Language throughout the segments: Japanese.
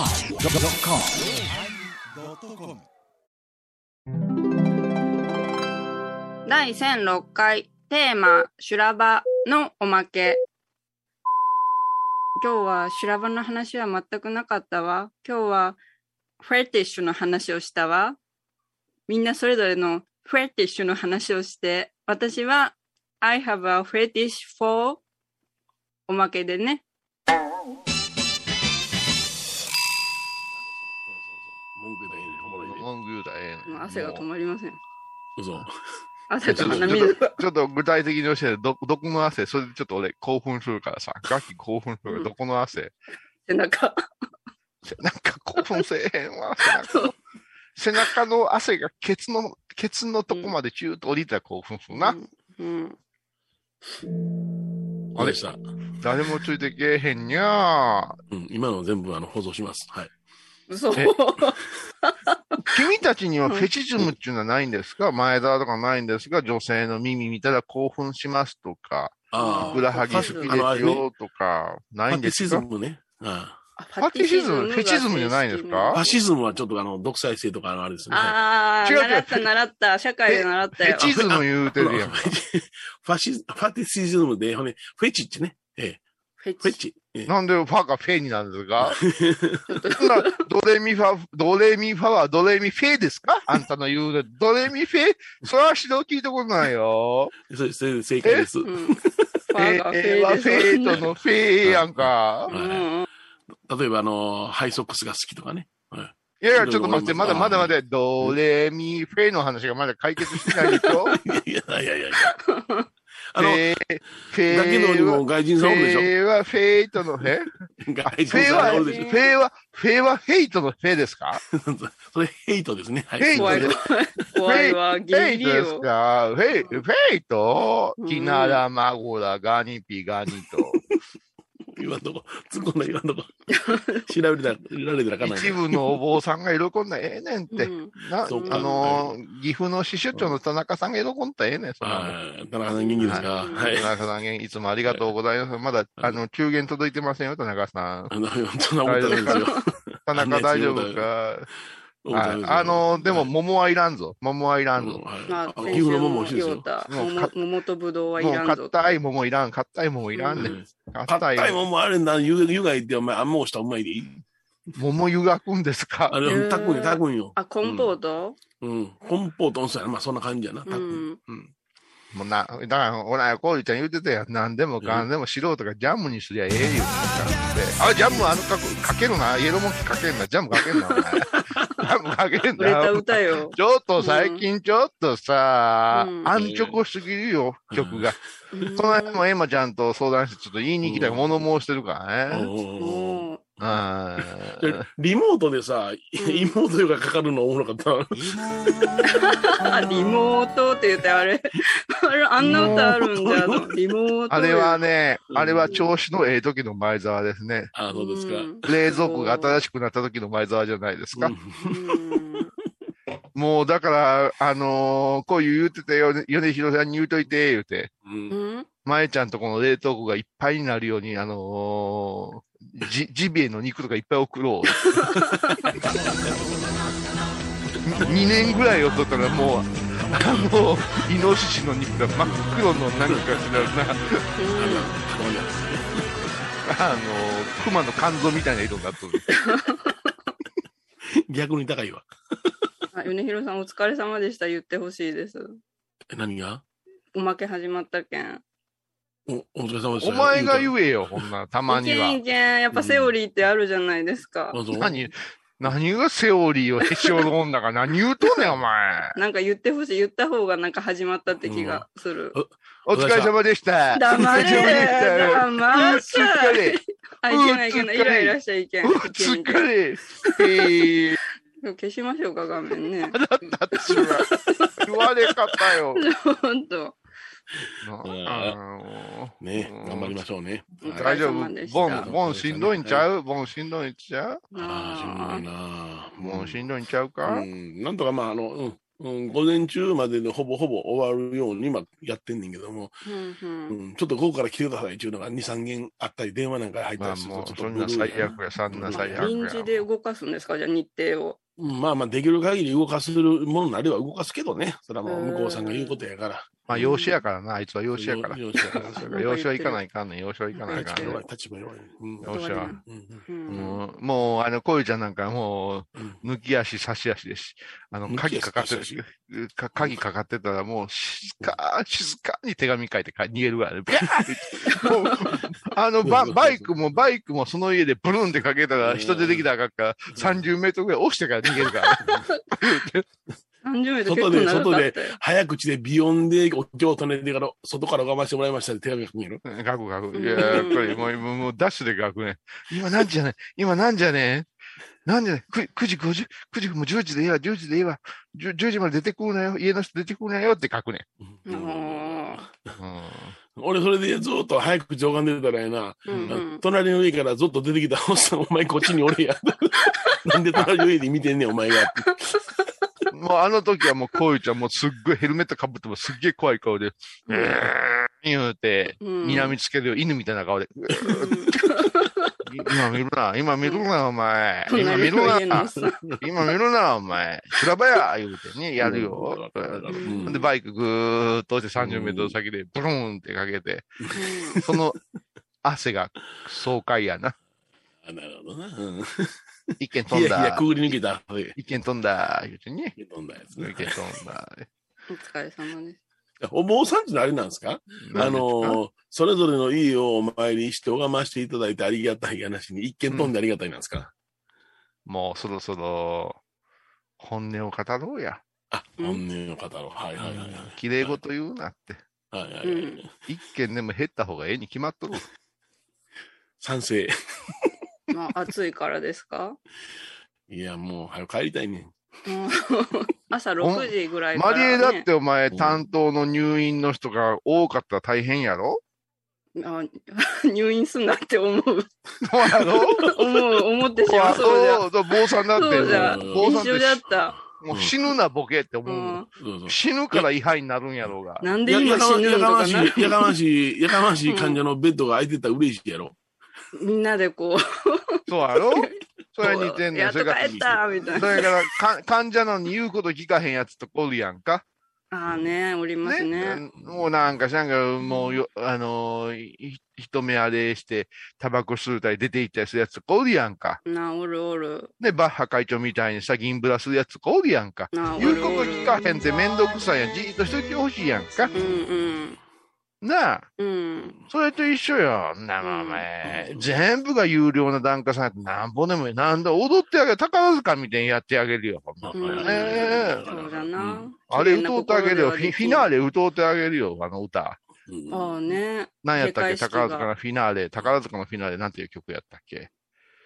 yosmiri.com 第1006回テーマ「修羅場」のおまけ今日は修羅場の話は全くなかったわ今日はフェティッシュの話をしたわみんなそれぞれのフェティッシュの話をして私は I have a fetish for おまけでね文句だけで止まらないで。文句だええもう汗が止まりません嘘。汗と鼻ち水ょっとちょっと具体的に教えて、ど、どこの汗それでちょっと俺興奮するから さ、ガキ興奮するかうんら、どこの汗背 中せなんか興奮せえへんわ。背 中そう背中の汗がケツの、ケツのとこまでチューッと降りたら興奮するな。うんあれした。誰もついてけえへんにゃうー。ん、今の全部あの放送します。はい。嘘 え君たちにはフェチズムっていうのはないんですか前澤とかないんですが、女性の耳見たら興奮しますとか、あふあ、くらはぎ好きですあのあれねよとか、ないパんティでシすズかムね。あファティシズムフェチズムじゃないですかあ。あファシズムはちょっとあの、独裁性とかのあれですね。はいああ、違う違う習った、習った。社会で習っフたェよ。チズム言うてるやん フ。ァシズ、ファティシズムで、ほんで、フェチってね。ええ、フェフェチ。チ。ええなんでファがフェになるんです かそんなドレミファ、ドレミファはドレミフェですかあんたの言うのドレミフェそれは指導聞いたことないよ。それ、それで正解です。うん。フファェがフーはェフチェですートのフェーやんか。うんうん例えば、あの、ハイソックスが好きと かね。いやいや、ちょっと待って、どまうぞだまだまだ、ドレミフェの話がまだ解決してないでしょいやいやいや いや。あフの、ェー、フだけどにェーはも、外人フさんおるでしょェーはフェイトのフェ外人フェーさんは、がおフるでしょェーは、フェーはフェイトのフェですか それヘイトですね。はいヘイト怖いで怖い。怖いわ。ギフェリイギトリですよ。かフェイ、フェイトうんキナラマゴラガニピガニ と。言わんとこ。突っ込んだ言わんとこ。調べられられてなかない。一部のお坊さんが喜んだらええねんっうて。んなあそうかのー、岐阜の支所長の田中さんが喜んだらええねん、そんなもんはい。田中さん元気ですかはいはい。田中さん、いつもありがとうございます。まだ、あの、給言届いてませんよ、田中さん。あの、そんな思ったんですよ。田中大丈夫か。思ったんはいですよあの、でも、はい桃はいらんぞ。桃はいらんぞ。まはいあ、あ先の岐週阜の桃美も味しいです言うよ。た。もう桃桃とぶどうはいもう、らんぞと。硬い桃いらん、硬い桃いらんねうんん。硬硬いいもんもあれな、湯湯がいって、お前、あんもうしたらうまいでいい。桃湯がくんですあか。れ、たくんよ、たくんよ。あ、コンポートうん。コンポートンさまあ、そんな感じやな、たうくん。ん。うん。もうな、だから、ほら、こういうちゃん言うてたやん。なんでもかんでも素人がジャムにすりゃええよ。ってあ、ジャムあのかくかけるな。イエローモンキーかけんな。ジャムかけんな、お前ジャムかけん売れたな。歌よ。ちょっと最近ちょっとさ、うん安直すぎるよ、うん曲が。うんこの間もエマちゃんと相談して、ちょっと言いに来たらうん物申してるから ね。おーもあでリモートでさ、妹湯がかかるのおもろかったな。う、リモートって言って、あれ、 あれあんな歌あるんだの。リモート。あれはね、うんあれは調子のええ時の前澤ですね。あ、そうですか。ん冷蔵庫が新しくなった時の前澤じゃないですか。うんうんもうだから、あのーこういう言ってたよ、米広さんに言うといて、言うて。うんうん前ちゃんとこの冷凍庫がいっぱいになるように、あのージジビエの肉とかいっぱい送ろう。2年ぐらいをとったらもう、あの、イノシシの肉が真っ黒の何かしらな、あのー、熊の肝臓みたいな色になっとる。逆に高いわ。あ米広さん、お疲れ様でした。言ってほしいです。え何がおまけ始まったけん。お、お疲れ様でしおた。前がう言えよ、こんな、たまいにけんいは。けん。やっぱセオリーってあるじゃないですか。あそう何、何がセオリーをへし折る女が何言うとんねん、お前。なんか言ってほしい。言った方がなんか始まったって気がする。お疲れ様でした。黙れお疲れ様でしたよ黙うっっちつゃかれ。あ、いけないいけない。イうっつっかりライラしちゃいけん。おいけんいけん疲れ。えー、消しましょうか、画面 ね。だってそれは 言われ方よ。ほんと。なうんあのね、頑張りましょうね。うん大丈夫お疲れ様でし。たボン、ボンしんどいんちゃうボンしんどいんちゃうああ、しんどあいな。ボンしんどいんちゃううかん、なんとかまあ、あの、うん。うん、午前中まででほぼほぼ終わるように今やってんねんけども、うんうんうん、ちょっと午後から来てくださいっていうのが2、3件あったり、電話なんか入っまたありするもと、う、ちょそっんとなブルー最悪や、そんな最悪や。臨時で動かすんですかじゃあ日程を。うんまあまあ、できる限り動かするものなれば動かすけどね、それはもう向こうさんが言うことやから。まあ、養子やからな、あいつは養子やから。よしやからそうか養子は行かないかんねん、養 子は行かない立か場んねん弱い、立場弱い。うんよっしゃうんうんう。うんんもう、あの、こゆちゃんなんかもうんう、抜き足差し足です。あの、抜き足鍵かかって差しか鍵かかってたら、もう、静か、静かに手紙書いてか逃げるわね。ビャーもうあのバ、バイクも、バイクもその家でブルンってかけたら、人出てきたらあかんから、30メートルぐらい押してから逃げるから。 30メートル結構長外で、外かっでたよ。、早口でビヨンでお経を唱えてから、外から我慢してもらいましたって手紙が見える。ガクガク。うんいや、やっぱりもう、もうもうダッシュでガクね。今なんじゃね今なんじゃねなんじゃね 9, ?9 時50、9時、もう10時でいいわ、10時でいいわ、10, 10時まで出てくるなよ、家の人出てくるなよって書くね。うんおうん。俺、それでずっと早く上官出てたらやな、うんうん隣の家からずっと出てきたおっさん、お前こっちにおれや。なんで隣の家で見てんねん、お前がって。もうあの時はもうこういうちゃんもうすっごいヘルメットかぶってもすっげえ怖い顔で、うーん、言うて、うん睨みつけるよ、犬みたいな顔で。今見るな、今見るな、お前。今見隣の家るのおなっ、さん。今見るな、お前。修羅場や、言うてね、やるよ。ううんで、バイクぐーっと押して30メートル先で、ブルーンってかけて、うその汗が爽快やな。あなるほどな。うん一軒い飛やんいや、だく。ぐり抜けた。はい一軒飛んだ、言うてね。飛んだやつ一ね軒飛んだ。んお疲れ様です。お坊さんってのはあれなんですかあのーそれぞれの家をお参りして拝ましていただいてありがたい話に、一見飛んでありがたいなんですか、もうそろそろ、本音を語ろうや。あ、うん本音の方の。はいはいはいはい。綺麗事言うなって。はいはいはいうん一軒でも減った方がええに決まっとる。賛成。まあ、暑いからですかいや、もう、早く帰りたいね。もう 朝6時ぐらいかマリエだら、っね。てお前担当の入院の人が多かったら大変やろあ入院すんなって思う。 そうやろ思う、思ってしまう。そうじゃ。そうそう、坊さんだってそうじゃ。ん坊さんっ一緒だってた。もう死ぬな、ボケって思うう。ん。どうぞ。死ぬから違反になるんやろうが。なんでや今やか死まぬやのかとまかしな。い、やかましい、やかましい患者のベッドが空いてたら嬉しいやろ。みんなでこう、そうやろそれ似てんねやん。っそとれから、帰ったみたいそな。れからか、患者なのに言うこと聞かへんやつとこおるやんか。ああね、おりますね。ね。もうなんか、なんか、もうよ、あのーい一目あれして、タバコ吸うたり出て行ったりするやつとこおるやんか。なあ、おるおる。ね、バッハ会長みたいにさ、銀ブラするやつとこおるやんか。なあ、お言うるこおとる。聞かへんってめんどくさいやん。じーっとしといてほしいやんかう。んなあ。うん。うん。それと一緒よ。んなもんお前、全部が有料な檀家さんやってなんぼでもいい。なんだ、踊ってあげる。宝塚みたいにやってあげるよ。ほんまうんはいはいええそうじゃな。あれ歌うてあげるよ。フィフィナーレ。レ歌うてあげるよ、あの歌。うんああね。何やったっ世界け史が宝塚のフィナーレ。宝塚のフィナーレなんていう曲やったっけ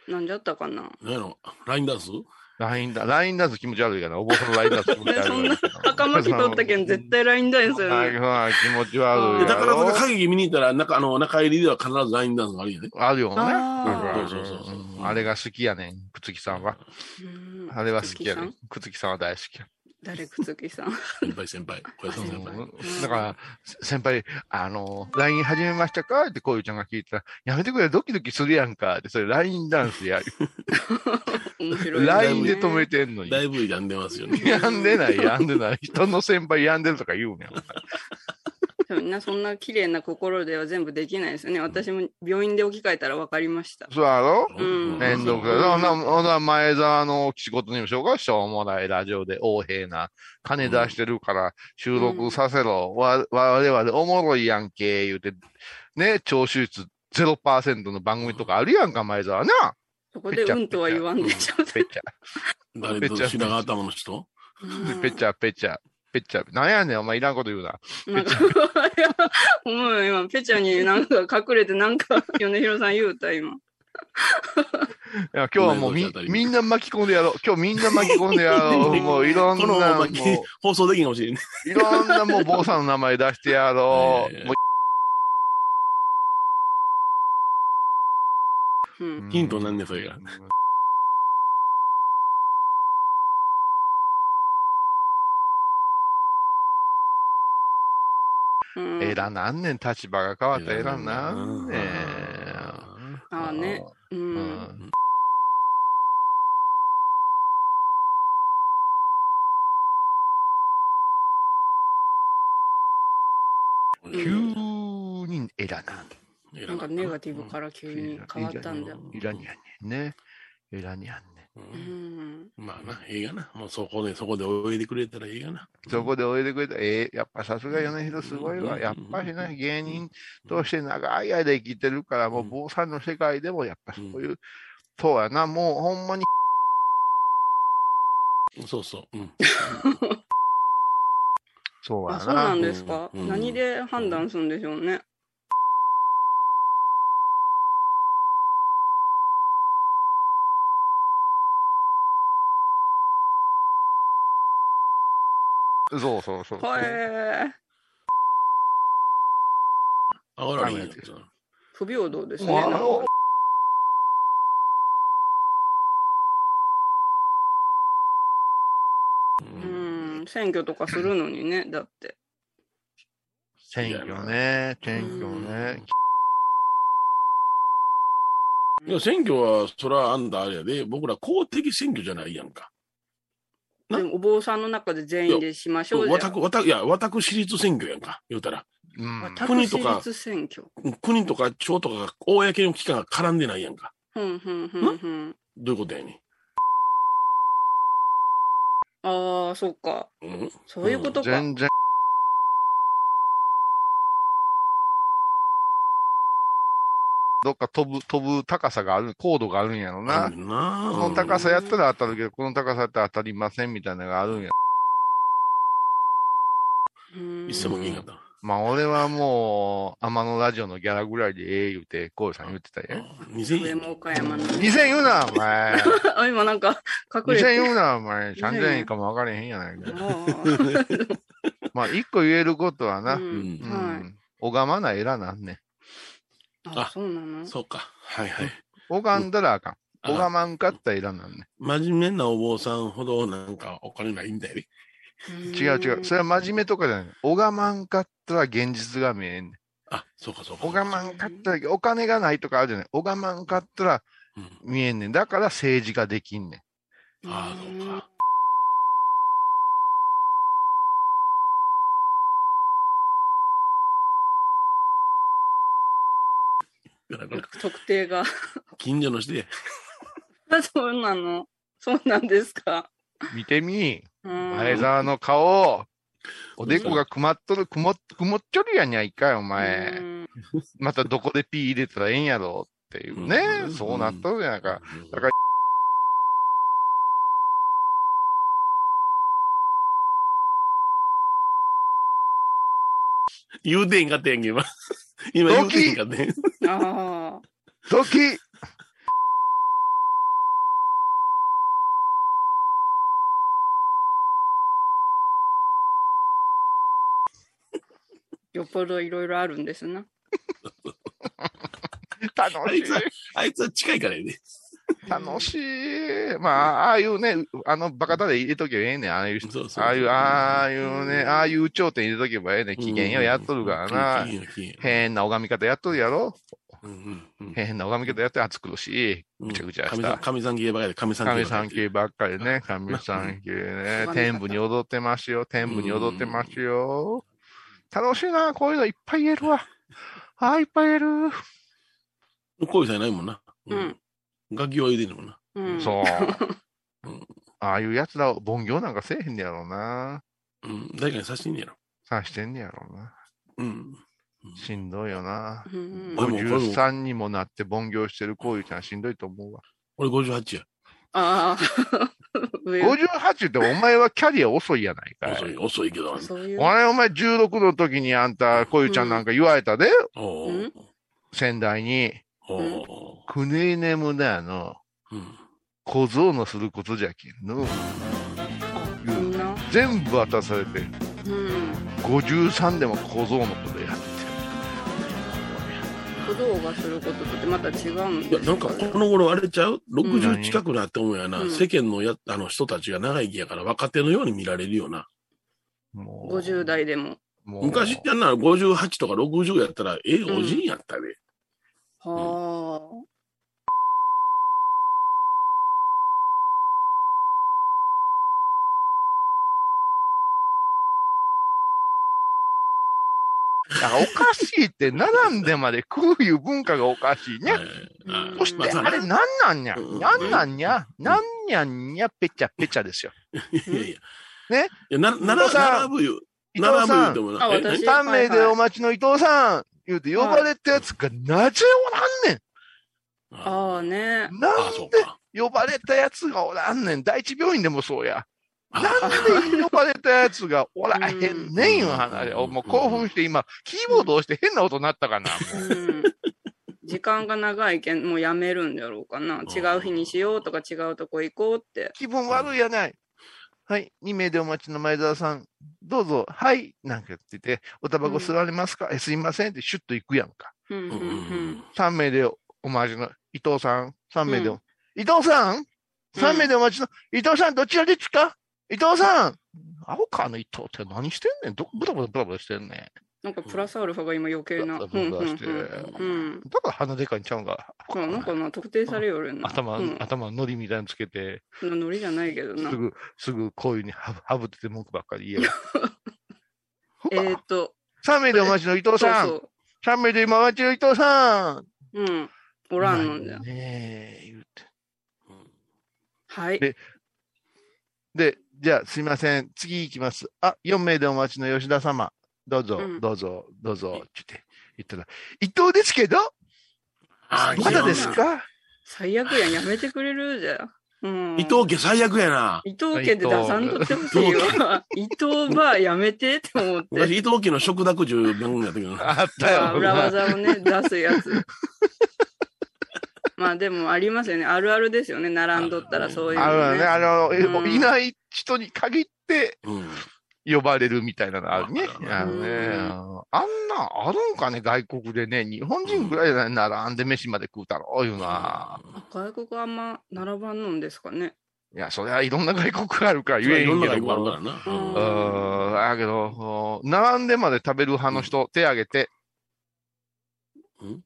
なんじゃったかな。何やろラインダンスラインだ、ラインダンス気持ち悪いかな。お坊さんのラインダンス気持ち悪いか そんな袴着と ったけん、絶対 LINE だよ、それ。はい、気持ち悪でいや宝ろ塚。歌劇見に行ったら、中、あの、中入りでは必ずラインダンスがあるよね。あるよね。あーうんうんうんあれが好きやねん、くつきさんは。うんあれは好きやねくつきさん。んくつきさんは大好きや。誰くつきさん。 先輩先輩。小林さん先輩。うんだから、せ先輩、あの、LINE 始めましたかってこういうちゃんが聞いたら、やめてくれ、ドキドキするやんかって、それ LINE ダンス や。面白いね。 LINE で止めてんのにだ。いぶ病んでますよね。やんでない、やんでない。人の先輩やんでるとか言うねん。でもみんなそんな綺麗な心では全部できないですよね。私も病院で置き換えたら分かりました。そうやろうんめんどくさい。ほな、ほな、前澤の仕事にもしようか、しょうもないラジオで横柄な。金出してるから収録させろ。わ、我々おもろいやんけ、言うて。ね、聴取率0%の番組とかあるやんか、前澤な。そこでうんとは言わんでしょ。ペッチャ、誰と白髪頭の人うんペッチャ、ペッチャ、ペッチャ。なんやねん、お前いらんこと言うな。なんか、 思うよ今、ペチャになんか隠れてなんか、米広さん言うた、今。いや今日はもうおみ前のことやったらいいみんな巻き込んでやろう。今日みんな巻き込んでやろう。もういろんこのまな、もま放送できんかもしれんね。ういろんなもう坊さんの名前出して やろえう。えもううん。ヒントなんねそれが。うん、 えらなんねん、立場が変わったらえらなんねん。ああね。う。うんん。急にえらなん。ななんかネガティブから急に変わったんだ。えらにゃんねんね。えらにゃんねん。うん。まあな、ええがな。もうそこで、そこで泳いでくれたらええがな。そこでおいでくれた。えーやっぱさすが米広すごいわ。うんやっぱりね、芸人として長い間生きてるから、もう坊さんの世界でもやっぱそういう、そうやな、もうほんまに、そうそう。うん。そうやあ、そうなんな。ですか。うん何で判断するんでしょうね。そうそうそう。へえ。あがらへんやん考えて不平等ですね。もうあなんかのううんん。選挙とかするのにね、だって。選挙ね、選挙ね。いや、選挙は、そらあんだあれやで、僕ら公的選挙じゃないやんか。なでもお坊さんの中で全員でしましょうじわゃたんく、。わたく、いや、私立選挙やんか。言うたら。うん。国とか私立選挙。国とか町とかが、公の機関が絡んでないやんか。ふんふんふんふん。どういうことやねああ、そっか。ん。うんそういうことか。全然。どっか飛ぶ、飛ぶ高さがある、高度があるんやろあな。るなこの高さやったら当たるけど、この高さやったら当たりませんみたいなのがあるんうや。ん一銭も銀かった。まあ、俺はもう、天野ラジオのギャラぐらいでええ言うて、コールさん言ってたやん。 2000上円。も岡山の。 2000言うな、お 前。あ、今なんか隠2000れて。言うな、お前。3000円かも分かれへんやないか。 あーまあ、一個言えることはな、ううんうんはい。ん。拝まなえらなんねん。あ、そうなのそうか。はいはい。拝んだらあかん。あ拝まんかったらえらなんねん。真面目なお坊さんほどなんかお金ないんだよね。違う違う。それは真面目とかじゃない。拝まんかったら現実が見えんねん。あ、そうかそうか。拝まんかったら、お金がないとかあるじゃない。拝まんかったらうん見えんねん。だから政治ができんねん。ああ、そうか。だからこれ特定が。近所の人や。あ、 そうなのそうなんですか。見てみ。うん。前澤の顔。おでこがくまっとる、くも、くもっちょるやにゃいかい、おう前。んまたどこでピー入れたらええんやろっていううね。んそうなっとるやないか。だから言うてへんかったやんけ、今。 今言うてへんかったやん。ああ。時よっぽどいろいろあるんですな。楽しい。あいつは近いからやで。楽しい。まあ、ああいうね、あの、バカだで入れとけばええねん、ああいう人。そうそう。ああいう、ああいうね、ああいう頂点入れとけばええねん。機嫌よ、やっとるからな。機嫌よ機嫌よ変な拝み方やっとるやろうんうんうん変な拝み方やって暑苦しい。ぐちゃぐちゃし神さんた。神さん系ばかりで、神さん系ばかり神さん系ばっかりね。神さん系ねう。ん天部に踊ってますよ。天部に踊ってますよ。楽しいな。こういうのいっぱい言えるわ。ああ、いっぱい言える。こういうさんいないもんな。うん。楽器は言うてんのもんな。うん。そう うん。ああいうやつら、凡行なんかせえへんねやろうな。うん。誰かにさしてんねやろ。さあしてんねやろうな。うん。しんどいよな。うんうん。俺も俺も53にもなって凡行してるこういうちゃんしんどいと思うわ。俺58や。ああ。 上58ってお前はキャリア遅いやないかい。遅い、遅いけど。そういう。お前、お前16の時にあんた、こういうちゃんなんか言われたで、おうーん先代に。おーくねえねむだの、うん。小僧のすることじゃけんの。みんな。全部渡されて、うん。 53でも小僧のことやって小道がすることとってまた違うんいや、ですなんか、この頃あれちゃううん ?60 近くなって思うやな。うん世間のや、あの人たちが長生きやから若手のように見られるよな。る。もう。 50。代でも。もう昔やんなら58とか60やったら、ええおじいやったで。はあ。だからおかしいって、並んでまで食ういう文化がおかしいにゃ。うんそしまて、あれ、なんなんにゃ。なんなんにゃ。なんにゃんにゃ、ぺちゃぺちゃですよ。 いやいや。ねいや、な、なおら、父さん並ぶよ。伊藤並ぶさよんで、もあな。え私3名でお待ちの伊藤さん、言うて呼ばれたやつが、なぜおらんねあああね。ん。なあ、そんうか。で呼ばれたやつがおらんねん。第一病院でもそうや。あなんで呼ばれたやつがおらへんねんよ、話。うんもう興奮して今、キーボード押して変な音になったかな。うん。時間が長いけん、もうやめるんだろうかな。違う日にしようとか違うとこ行こうって。気分悪いやない。はい、2名でお待ちの前澤さん、どうぞ、はい、なんか言ってて、おタバコ吸われますか、え、すいませんってシュッと行くやんか。うんうんうん。 3名でお待ちの伊藤さん、3名でお、う伊藤さうんん ?3 名でお待ちの、伊藤さん、どちらですか伊藤さんアホかあの伊藤って何してんねんどブラブラブラブラしてんねん。なんかプラスアルファが今余計な。ブうラんブうラんブうラしてん。だから鼻でかいんちゃうんか。うん。なんかな、特定されよるな。頭、うん頭のりみたいにつけて、ノリじゃないけどなす。ぐ、すぐこういうにはぶはぶってて文句ばっかり言える。ほ えーかっと、 3名でお待ちの伊藤そうさんそ三名で今待ちの伊藤さんう。うん。おおらんのんだよ。ねえ、言うて。はい。でで、じゃあすいません、次行きます。あ、4名でお待ちの吉田様。どうぞ、うんどうぞ、どうぞ、って言って、言ったら、伊藤ですけど、あまだですか最悪やん。やめてくれるじゃん。うん。伊藤家最悪やな。伊藤家で出さんとってほしいわ。 伊藤ばやめてって思っ昔、て。伊藤家の食卓中番組やったけどな。あったあよ。裏技をね、出すやつ。まあでもありますよね。あるあるですよね。並んどったらそういうあるのわね、ね。あの、えうんいない人に限ってうん。呼ばれるみたいなのあるね。うんあのねうんあんなんあるんかね、外国でね、日本人ぐらいじゃない並んで飯まで食うたろ、いうな。外国あんま並ばんのんですかね。いや、そりゃいろんな外国があるからい言えへろんんながけどいっぱいあるもか。らな。うんうーん、だけど、こう並んでまで食べる派の人、手挙げて。うん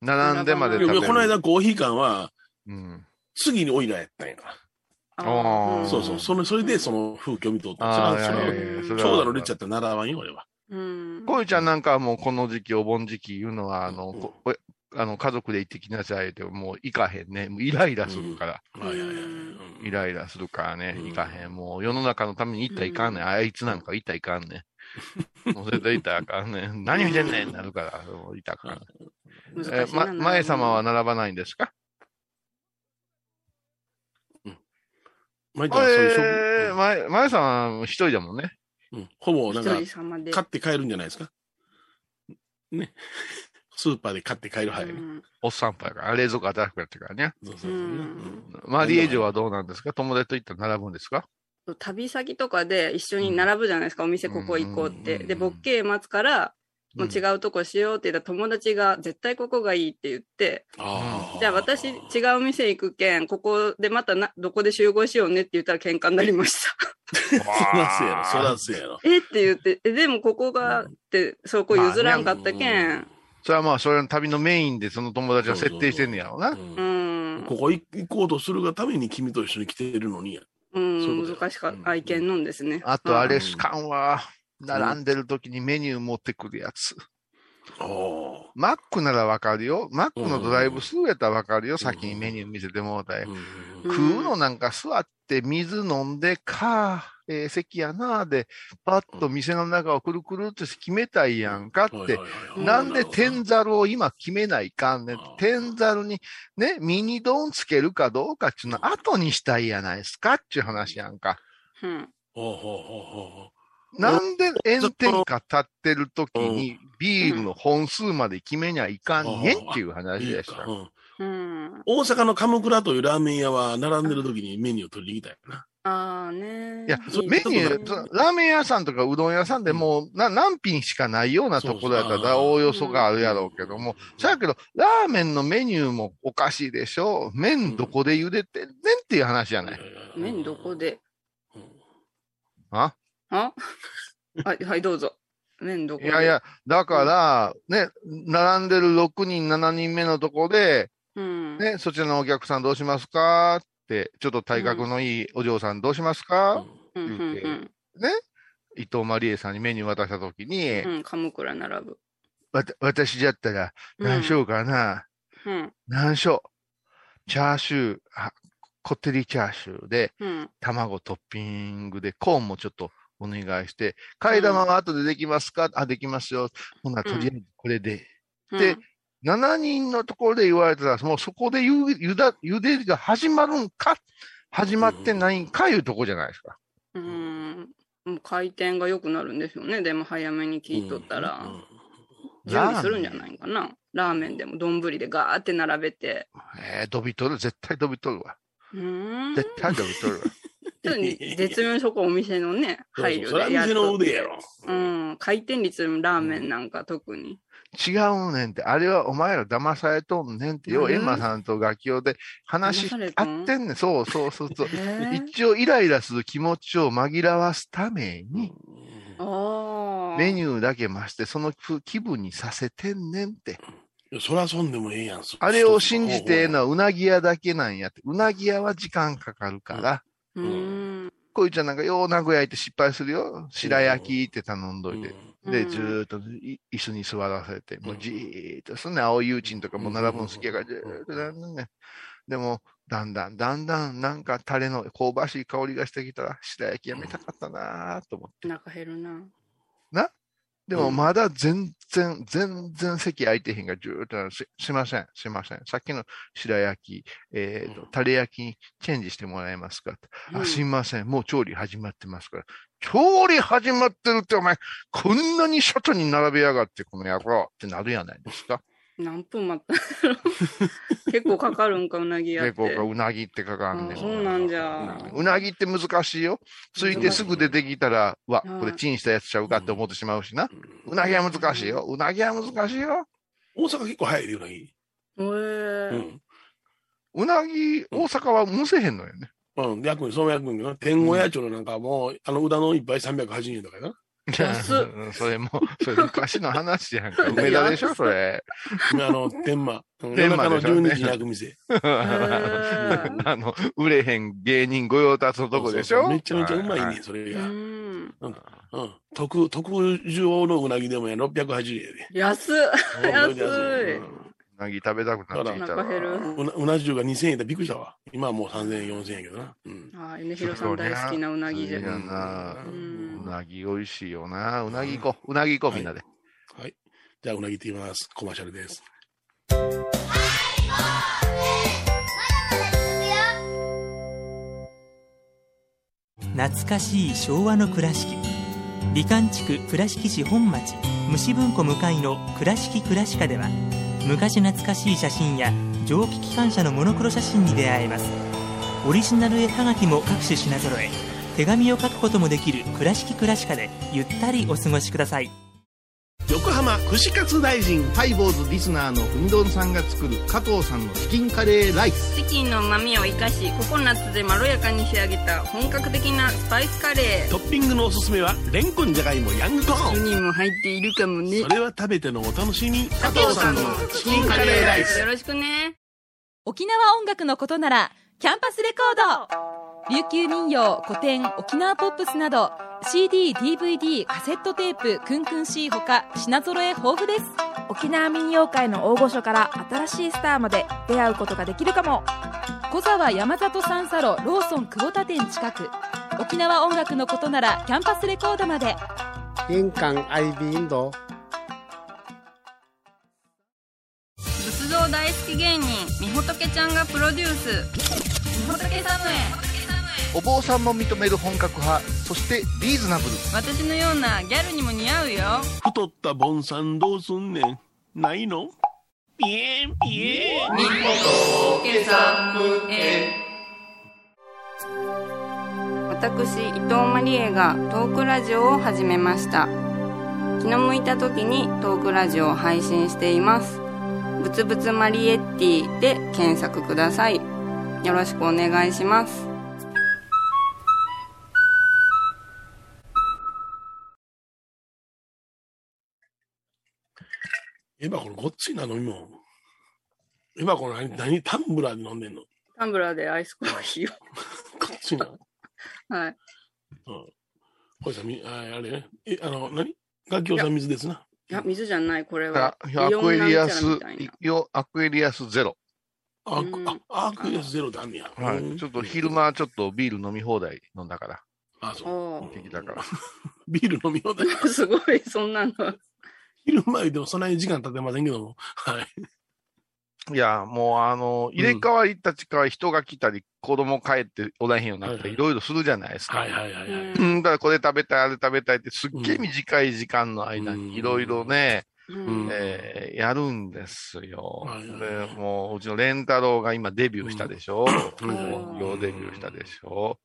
並んでまでで食べもる。この間、コーヒー館は、うん。次にオイラやったんや。あーんそうそう。それ、それで、その風景を見とった。ああ、いそれやいはやいやうんそれは長蛇の列やったら習わんよ、俺は。うん。こういうちゃんなんかはもうこの時期、お盆時期いうのは、あの、こおあの家族で行ってきなさいって、もう行かへんね。もうイライラするから、んはいはいはいイライラするからね、うん行かへん。もう世の中のために行ったらいかんねん。あいつなんか行ったらいかんねん。もう絶対行ったらあかんねん。何見てんねんなるから、もう行ったらあかん。難しいなえま、前様は。並ばないんですか毎回えそういうえー、食前、前さん一人だもんね。うん、ほぼなんか一人、様で。買って帰るんじゃないですか。ね。スーパーで買って帰る派やね。おっさんパイから、冷蔵庫新しくなってからね。そうそうそうねうんうんマリエージョはどうなんですか友達と行ったら並ぶんですかうん旅先とかで一緒に並ぶじゃないですか、お店ここ行こうっうんうんうんて。うんで、ボッケー待つから、もう違 んうとこしようって言ったら友達が絶対ここがいいって言って、あじゃあ私違う店行くけん、ここでまたな、どこで集合しようねって言ったら喧嘩になりま した。そらせやろ、そらせやろ。えって言って、 え、でもここがって、そこ譲らんかったけん。それはまあ、それの旅のメインでその友達は設定してんねやろうな。うんうん。ここ行こうとするがために君と一緒に来てるのにや。うん、難しかうんった。愛犬のんですね。あとあうんれ、スカンは、並んでる時にメニュー持ってくるやつ。ああ。マックならわかるよ。マックのドライブスルーやったらわかるよ。先にメニュー見せてもうたい。うん食うのなんか座って水飲んで、か、ええ席やなで、パッと店の中をくるくるって決めたいやんかって、はいはいはいはいなんで天ざるを今決めないかんねんあ。天ざるにね、ミニ丼つけるかどうかっていうのは後にしたいやないですかっていう話やんか。うん。ほうほうほうほうほうなんで炎天下立ってる時にビールの本数まで決めにゃいかんねんっていう話いいでしかたう。んうん。大阪の鎌倉というラーメン屋は並んでる時にメニューを取りに行きたいな。ああね。いや、そメですニねュー、そラーメン屋さんとかうどん屋さんでもう、な何品しかないようなところやったそうそうあら、ーおおよそがあるやろうけども、そやけど、ラーメンのメニューもおかしいでしょ麺どこで茹でてんねんっていう話じゃない。麺どこでうんああ はい、はい、どうぞ。面どこいやい、や、だから、ね、並んでる6人、7人目のとこで、うん。ね、そちらのお客さんどうしますかって、ちょっと体格のいいお嬢さんどうしますか、うんうんうん伊藤マリエさんにメニュー渡したときに、うん。鎌倉並ぶ。わた私じゃったら何しようかな、うん。何しよう。チャーシュー、あこってりチャーシューで、うん。卵トッピングで、コーンもちょっとお願いして、替え玉は後でできますか、あ、できますよ。ほな、とりあえずこれで。うん。で7人のところで言われたら、もうそこでゆゆだゆでが始まるんか始まってないんかいうとこじゃないですか。うん。もう回転が良くなるんでしょうね。でも早めに聞いとったら。うん準備するんじゃないかな。ラーメンでも丼でガーって並べて。えー、飛び取る、絶対飛び取るわ。うー ん。絶対飛び取るわ。ちょっとね絶妙にそこお店のね、そう配そう慮それはでやっ店のとって腕やろ。うん。回転率もラーメンなんか特 に。違うねんって、あれはお前ら騙されとんねんって、よう、何エンマさんと楽器用で話騙されとん合ってんねん。そうそうそうそへう。ー一応イライラする気持ちを紛らわすために、ああ。メニューだけ増して、その気分にさせてんねんって。いやそらそんでもええやん。そあれを信じてええのはうなぎ屋だけなんやって。うなぎ屋は時間かかるから、うーん。こいちゃんなんかよう名古屋行って失敗するよ。白焼きって頼んうどいんて。うんで、うんずーっとい椅子に座らせて、もううんじーっと、そんな青い友人とかも並ぶの好きやかうら、んずーっと並んでんねん。でも、だんだん、だんだん、なんかタレの香ばしい香りがしてきたら、白焼きやめたかったなーと思って。中減るな。でうもんまだ全然、全然席空いてへんが、ずーっとす、すいません、すいません。さっきの白焼き、えっ、うと、タレ焼きにチェンジしてもらえますかってうあ、んすいません、もう調理始まってますから。調理始まってるって、お前、こんなに外に並べやがって、この野郎ってなるやないですか。何分待ったんやろ 結構かかるんか、うなぎやっで、て。こうか、うなぎってかかんねあん。そうなんじゃうなぎって難しいよ。ついてすぐ出てきたら、わ、うんこれチンしたやつちゃうかって思ってしまうしな。うなぎは難しいよ。うなぎは難しいよ。大阪結構早いで、うなぎ。へーうん。うなぎ、大阪は蒸せへんのよね。うん。で役に、その役にな、天狗屋町のなんかもう、あの、うだの一杯380円とかや な。安っうんそれも、それ昔の話や んか。梅田でしょ、それ。あの、天満。うん天夜満中での12しょ時に開く店。ー あの、売れへん芸人御用達のとこでしょそうそうめちゃめちゃうまいはねん、それうが。ーん。うん。特、特上のうなぎでもや、680円やで。安 っ。安いうんうなぎ食べたくなってきたお腹減るわ。。うなうな重が2000円でびっくりしたわ。今はもう3000円、4000円やけどな。うん。ああ、米広さん大好きなうなぎじゃいやん。なううんうんなぎ美味しいよな。うなぎ行こう。うなぎ行こう、みんなで。はい。じゃあ、うなぎって言います。コマーシャルです。懐かしい昭和の倉敷美観地区倉敷市本町虫文庫向かいの「倉敷倉歯科」では昔懐かしい写真や蒸気機関車のモノクロ写真に出会えますオリジナル絵はがきも各種品揃え手紙を書くこともできる「倉敷倉歯科」でゆったりお過ごしください横浜串カツ大臣ハイボーズリスナーのふみどんさんが作る加藤さんのチキンカレーライスチキンの旨味を生かしココナッツでまろやかに仕上げた本格的なスパイスカレトッピングのおすすめは、レンコンじゃがいも、ヤングコーーン。 4人も入っているかもねそれは食べてのお楽しみ。加藤さんのチキンカレーライスよろしくね沖縄音楽のことならキャンパスレコード琉球民謡古典沖縄ポップスなど CDDVD カセットテープクンクン C ほか品揃え豊富です沖縄民謡界の大御所から新しいスターまで出会うことができるかも小沢山里三佐路ローソン久保田店近く沖縄音楽のことならキャンパスレコードまで玄関アイビンド仏像大好き芸人みほとけちゃんがプロデュースみほとけサムへお坊さんも認める本格派。そして、リーズナブル。私のようなギャルにも似合うよ太ったボンさんどうすんねん。ないのピエンピエン。私伊藤マリエがトークラジオを始めました気の向いた時にトークラジオを配信していますぶつぶつマリエッティで検索くださいよろしくお願いしますエバこのごっついな飲み物。エバこの何、何タンブラーで飲んでんのタンブラーでアイスコーヒーを。ごっついな。はい。これさ、みああれね。え、あの、何楽器をさん水ですな。いや、水じゃない、これあは。アクエリアスイオンなんちゃらみたいな、よアクエリアスゼロ。あ、うんあアークエスゼロってあんねや。はうい。んちょっと昼。間、ちょっとビール飲み放題飲んだから。あ、そう。お元気だから。ビール飲み放題。ーすごい、そんなの。昼前でもそんなに時間経ってませんけども。はい。いや、もうあの、入れ替わり立ち替わり、人が来たり、子供帰っておらへんようになったはいはり、いいろいろするじゃないですか。はいはいはいはい。うんうん、だからこれ食べたい、あれ食べたいって、すっげえうん短い時間の間うんにいろいろね、うんえーやるんですよはいは。いでもう、うちの蓮太郎が今デビューしたでしょ。うん本業デビューしたでしょ。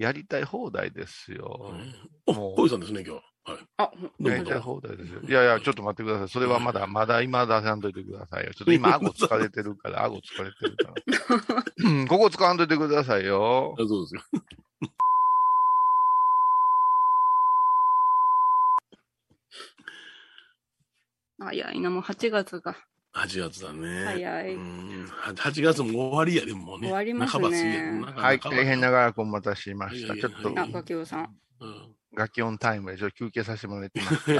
やりたい放題ですよ。もお、う小イさんですね、今日。はい。あ、どうやもどりたいうも放題ですよ。いやいや、ちょっと待ってください。それはまだ、まだ今出さんといてくださいよ。ちょっと今、顎疲れてるから、顎疲れてるから。うん、ここ使わんといてくださいよ。あそうですよ。早いな、もう8月が8月だね。早い。うんは8月も終わりやでもうね。終わりますね半ば過ぎやでなかなかはい、大変長らくお待たせしました。いちやょいやあ、っとガキオさん。うん ガキオンタイムでちょっと休憩させてもらってます。ん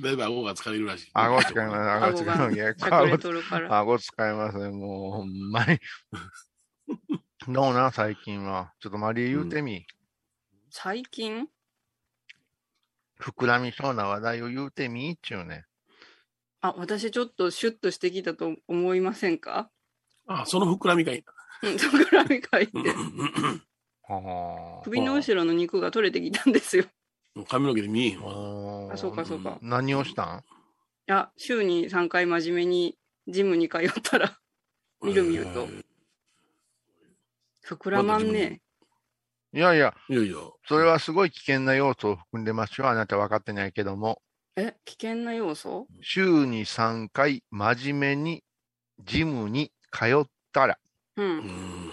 だいぶ顎が疲れるらしい。顎使います。顎顎使いがますいや。しゃく顎れとるから。顎使いますね。もう、ほんまに。どうなん、最近は。ちょっとマリー言うてみ。最近膨らみそうな話題を言うてみっちゅうね。あ、私ちょっとシュッとしてきたと思いませんか あ、その膨らみかい。うん、そこらみかいて。はあ首の後ろの肉が取れてきたんですよ。髪の毛で見えへんわ。あーあ、そうかそうか。何をしたんあ、週に3回真面目にジムに通ったら、見る見ると。膨らまんねいやいや、いやいや。それはすごい危険な要素を含んでますよ。あなた分かってないけども。え。え、危険な要素週に3回、真面目に、ジムに通ったら、う。うんん。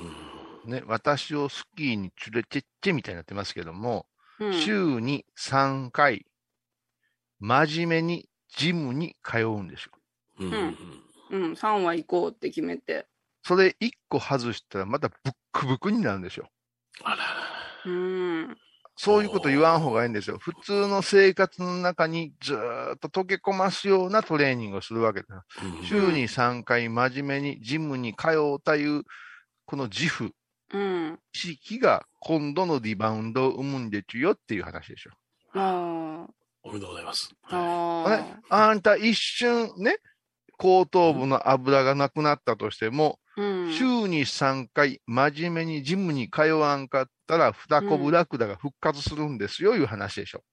ね、私をスキーに連れてってみたいになってますけども、うん、週に3回、真面目にジムに通うんですよ。うん。うん、3は行こうって決めて。それ1個外したらまたブックブクになるんですよ。あららうん。そういうこと言わん方がいいんですよ。普通の生活の中にずーっと溶け込ますようなトレーニングをするわけですよ。うん週に3回真面目にジムに通うという、この自負、うん。意識が今度のリバウンドを生むんでちゅよっていう話でしょ。あおめでとうございます。あ。ああれあ。あんた一瞬ね、後頭部の油がなくなったとしても、うん。週に3回真面目にジムに通わんかったら、二コブラクダが復活するんですよ、いう話でしょ。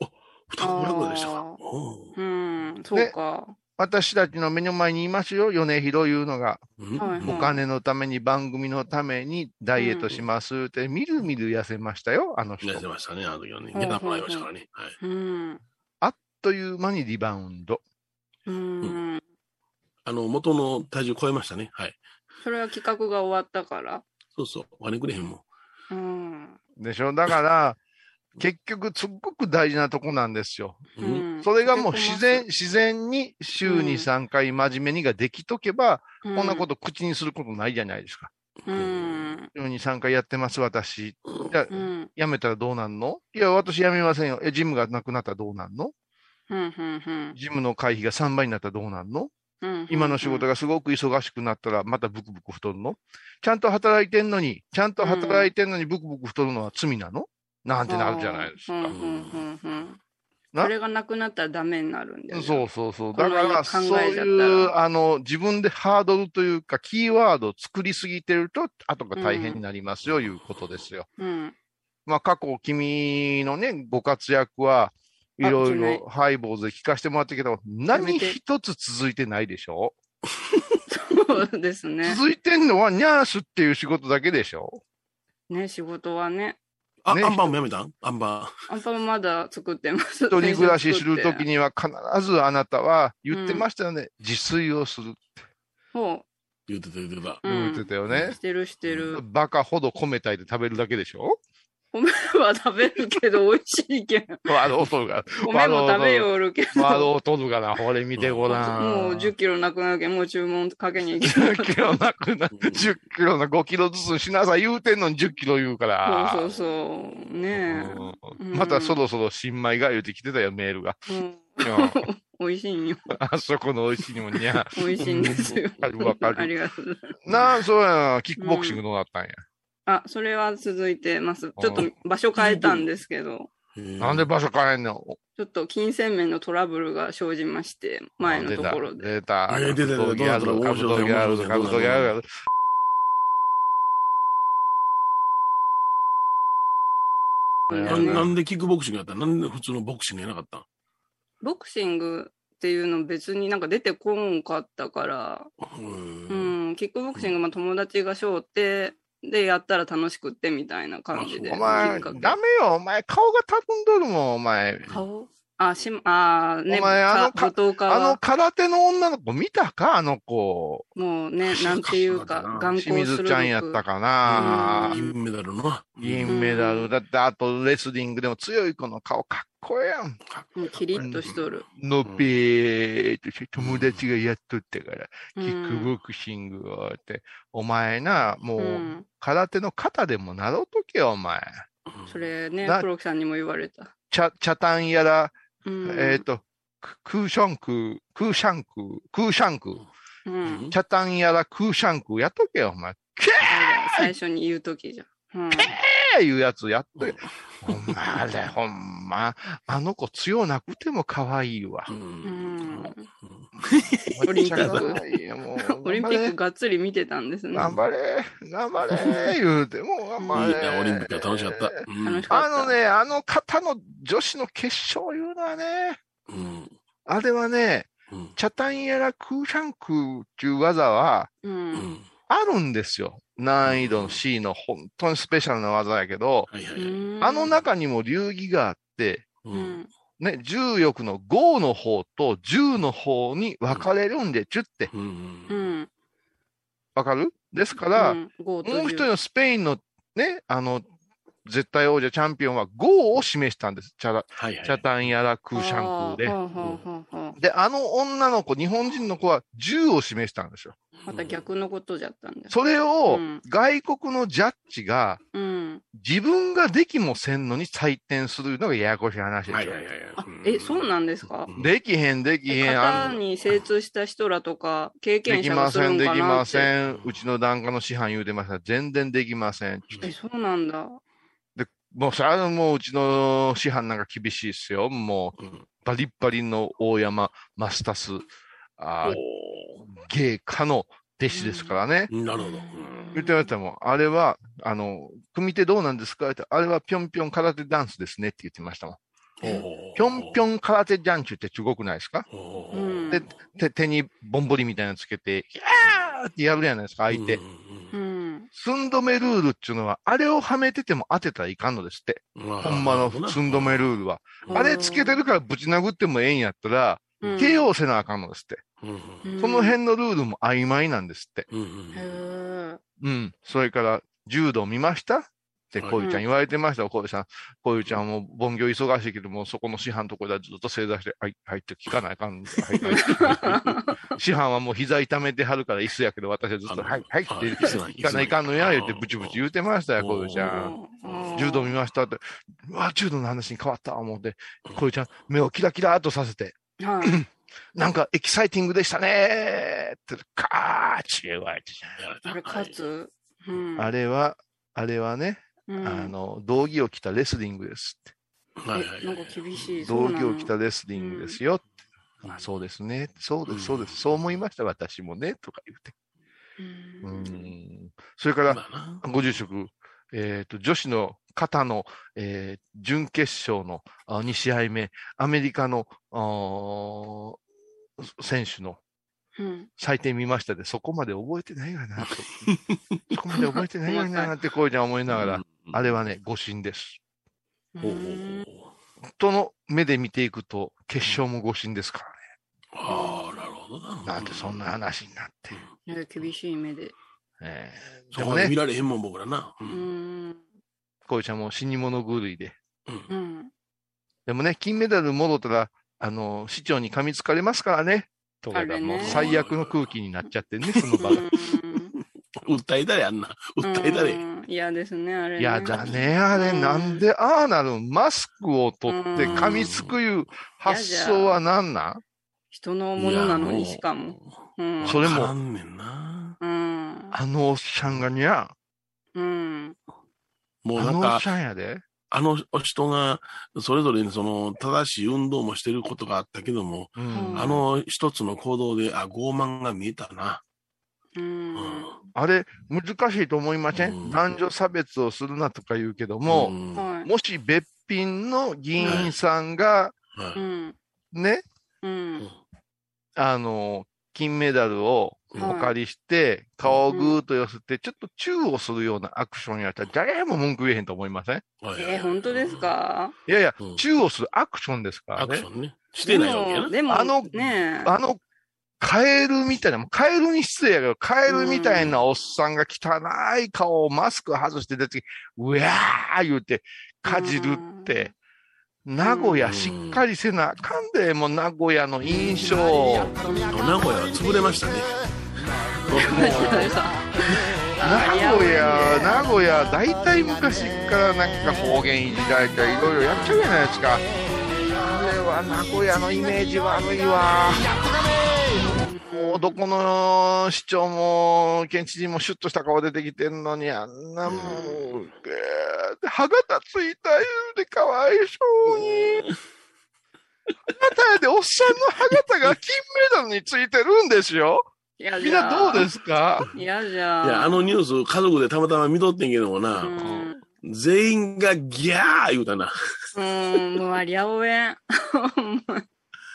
双子落語でしたあか。ーおううん、そうか。私たちの目の前にいますよ、米広いうのが。うんはいはいお金のために、番組のためにダイエットしますって、みるみる痩せましたよ、あの人やっ。てましたね、あの時はね。はい下駄もらいましたからね。はい。うん。という間にリバウンド。うん。あの、元の体重超えましたね。はい。それは企画が終わったから。そうそう。お金くれへんもうん。ん。でしょだから、結局、すっごく大事なとこなんですよ。ううんんそれがもう自然、、自然に週に3回真面目にができとけば、こ。こんなことと口にすることないじゃないですか。うん。週に3回やってます、私。じゃあう、ん。辞めたらどうなんのいや、私辞めませんよ。え、ジムがなくなったらどうなんのうん。うん。ジムの会費が3倍になったらどうなんのうん。今の仕事が。がすごく忙しくなったらまたブクブク太るのちゃんと働いてんのに、ちゃんと働いてんのにブクブク太るのは罪なのなんてなるじゃないですうん。うか。ん。うん。うん。なそれがなくなったらダメになるんだよね。そうそうそう。このだまかまら、考そうえちゃったらいう、あの、自分でハードルというか、キーワードを作りすぎてると、後が大変になりますよ、いうことですよ。うん。まあ、過去、君のね、ご活躍は、いあろいしないろハイボーズで聞かせてもらったけど、何一つ続いてないでしょそうですね。続いてんのはニャースっていう仕事だけでしょね、仕事はね。あ、ねアンパンもやめたんアンパあんぱんまだ作ってます。一人暮らしするときには必ずあなたは言ってうんましたよね。自炊をする。ほン。言うてた言うてた。う。う言ってん。たよねし。てるしてる。バカほど米炊いて食べるだけでしょ米 は食べるけど美味しいけん。 ワードを取るが。米も食べよおるけど。ワードを取るがな。ほれ見てごらん。もう10キロなくなるけん、もう注文かけに行けん。 10キロなくな、10キロな5キロずつしなさい言うてんのに10キロ言うから。そうそうそう。ねうんうんまたそろそろ新米が言うてきてたよ、メー ルが。え。うんうん美味しいん よ。あそこの美味しいにもにゃ。美味しいんですよ。わかるわかありる。がとうございます。なあ、そうやな。キックボクシングどうなったんや。あ、それは続いてます。ちょっと場所変えたんですけど、なんで場所変えんのちょっと金銭面のトラブルが生じまして、前のところで。出た。えー出たカブトギャルド、カブトギャルド、カブトギャルド。そうだなよんねなんでキックボクシングやったんなんで普通のボクシングやなかったんボクシングっていうの別になんか出てこんかったから、へーうん、キックボクシングまあ友達がしょうって、で、やったら楽しくってみたいな感じで。おきっ前、ダかけメよ、お前、顔がたくんどるもん、お前。顔あ、しま、あーね、お前あかのか後藤家あのは、空手の女の子見たかあの子。もうね、なんていうそうだかな、眼清光す水るちゃんやったかな。銀メダルのな。銀メダルだって、あとレスリングでも強い子の顔かっこええやん。もうキリッとしとる。のぺーっとして友達がやっとったから、うんキックボクシングをって、お前な、もう、うん空手の肩でもなろうとけよ、お前。それねな、黒木さんにも言われた。ちゃ、茶炭やら、うん、えっ、と、ククーションク、クーシャンク、クーシャンク、うん、チャタンやらクーシャンクやっとけよ、お前。キ最初に言うときじゃん。うん、ャーいうやつやっとけ。ほんま、あれ、 ほんま、あの子強なくても可愛いわう。。うんんめオっリンちピゃック可愛いよも うオリンピックがっつり見てたんですね。頑張れ、頑張れ、言うて、もう頑張いいれ。な、オリンピックは楽しかった。うん楽しかった。あのね、あの方の女子の決勝いうのはね、うんあれはね、うんチャタンやらクーシャンクっていう技はう。うんんあるんですよ。難易度の C の本当にスペシャルな技やけど、はいはういはい。んあの、中にも流儀があって、ううんん。ね、重力の5の方と10の方に分かれるんで、10ってう。うんん。分かるですかうら、ん、ももう一人のスペインのね、あの、絶対王者チャンピオンは5を示したんです。チャラはいはいチャ。タンやらクーシャンクーで。ほうほうほうほうで、あの女の子、日本人の子は10を示したんですよ。また逆のことじゃったんだ。それをうん外国のジャッジがうん。自分ができもせんのに採点するのがややこしい話ではいしょはい。はいはいあ、え、そうなんですかうんできへん、できへん。あ型のに精通した人らとか、経で験き者まがすせるん、んでかきなまって。せん。うちの檀家の師範言うてました。全然できません。え、そうなんだ。もう、それはもううちの師範なんか厳しいっすよ。もううん、バリッバリの大山マスタス、あーお芸家の弟子ですからね。ーなるほど。言ってましたもん。あれは、あの、組手どうなんですかってあれはぴょんぴょん空手ダンスですねって言ってましたもん。ぴょんぴょんょん空手ジャンチュってすごくないですかうおー。ん。で手手にぼんぼりみたいなのつけて、いやーってやるじゃないですか、相手う。んううんん。寸止めルールっていうのは、あれをはめてても当てたらいかんのですって。うんほんまの寸止めルールは。あれつけてるからぶち殴ってもええんやったら、うん、 KO せなあかんのですって。うんうんその辺のルールも曖昧なんですって。うんへーうん。それから、柔道見ましたって、はいこういうちゃん言われてましたよ、こういうさん。こういうちゃんも、凡行忙しいけども、そこの師範のところではずっと正座して、はい、入って聞かないかん。はい、 はい。師範はもう膝痛めてはるから椅子やけど、私はずっと、はい、はい、って聞かないかんのや、言って、ブチブチ言うてましたよ、こういうちゃん。 うん柔道見ましたって、うわ、柔道の話に変わった、思って、こういうちゃん、目をキラキラっとさせて、はいなんかエキサイティングでしたねーって、カーチ言われて、あれ勝つ、うん、あれは、あれはね、うん、あの、道着を着たレスリングですって。はいはいえなんか厳しい。道着をそ着うなたレスリングですよって。あそうですね。そうです、そうです。そう思いました、私もね。とか言って。うの。ん。それから、まあなご住職、えっ、と、女子の方の、えー準決勝のあ2試合目、アメリカの、あー選手のうん。採点見ましたで、そこまで覚えてないわな と。そこまで覚えてないわなって、こうじゃ思いながら、あれはね、誤審です。うんほうほう人の目で見ていくと、決勝も誤審ですからね。ほうああ、なるほどな。なんでそんな話になって。ね厳しい目で。ええそでこもまでね見、られへんもん、僕らな。ううんん。こういうちゃんも死に物狂いで。うん。でもね、金メダル戻ったら、あの、市長に噛みつかれますからね。とかあれねもう最悪の空気になっちゃって ね、その場うが。ん訴えたれ、あんな。訴えたれ。うん嫌ですね、あれ、ね。いや、だね、あれ、うんなんでああなるんマスクを取って噛みつくいう発想はなんなん人のものなのいやもうにしかも。 うん。それもわかんねんな。うん。あのおっちゃんがにゃ、うん。もうあなんのおかっち、ゃんやで。あの人が、それぞれにその、正しい運動もしてることがあったけども、うんあの一つの行動で、あ、傲慢が見えたな。ううんん。あれ、難しいと思いませうんん男女差別をするなとか言うけどうも、んははい。もし別品の議員さんが、ういん。ね、うん。あの、金メダルをはいお借りして、顔をぐーっと寄せて、ちょっとチューをするようなアクションやったら、誰も文句言えへんと思いませんはいえー、本当ですかいやいやうん、チューをするアクションですからアクねシ。ョンね。してないわけやな。でも、であものねえあの、カエルみたいな、もうカエルに失礼やけど、カエルみたいなおっさんが汚い顔をマスク外して出てきて、うわー言うて、かじるって、名古屋しっかりせなあかんで、もう名古屋の印象。名古屋は潰れま したね。名古屋、名古屋、大体昔からなんか方言いじられたり、いろいろやっちゃうじゃないですか。あれは名古屋のイメージ悪いわ。もうどこの市長も県知事もシュッとした顔出てきてんのに、あんなもう、えー、歯型ついたようでかわいそうに。歯型やでおっさんの歯型が金メダルについてるんですよ。嫌みんじゃなどうですか嫌じゃいや、あのニュース、家族でたまたま見とってんけどもな、うん全員がギャー言うたな。うん、もうありゃおえん。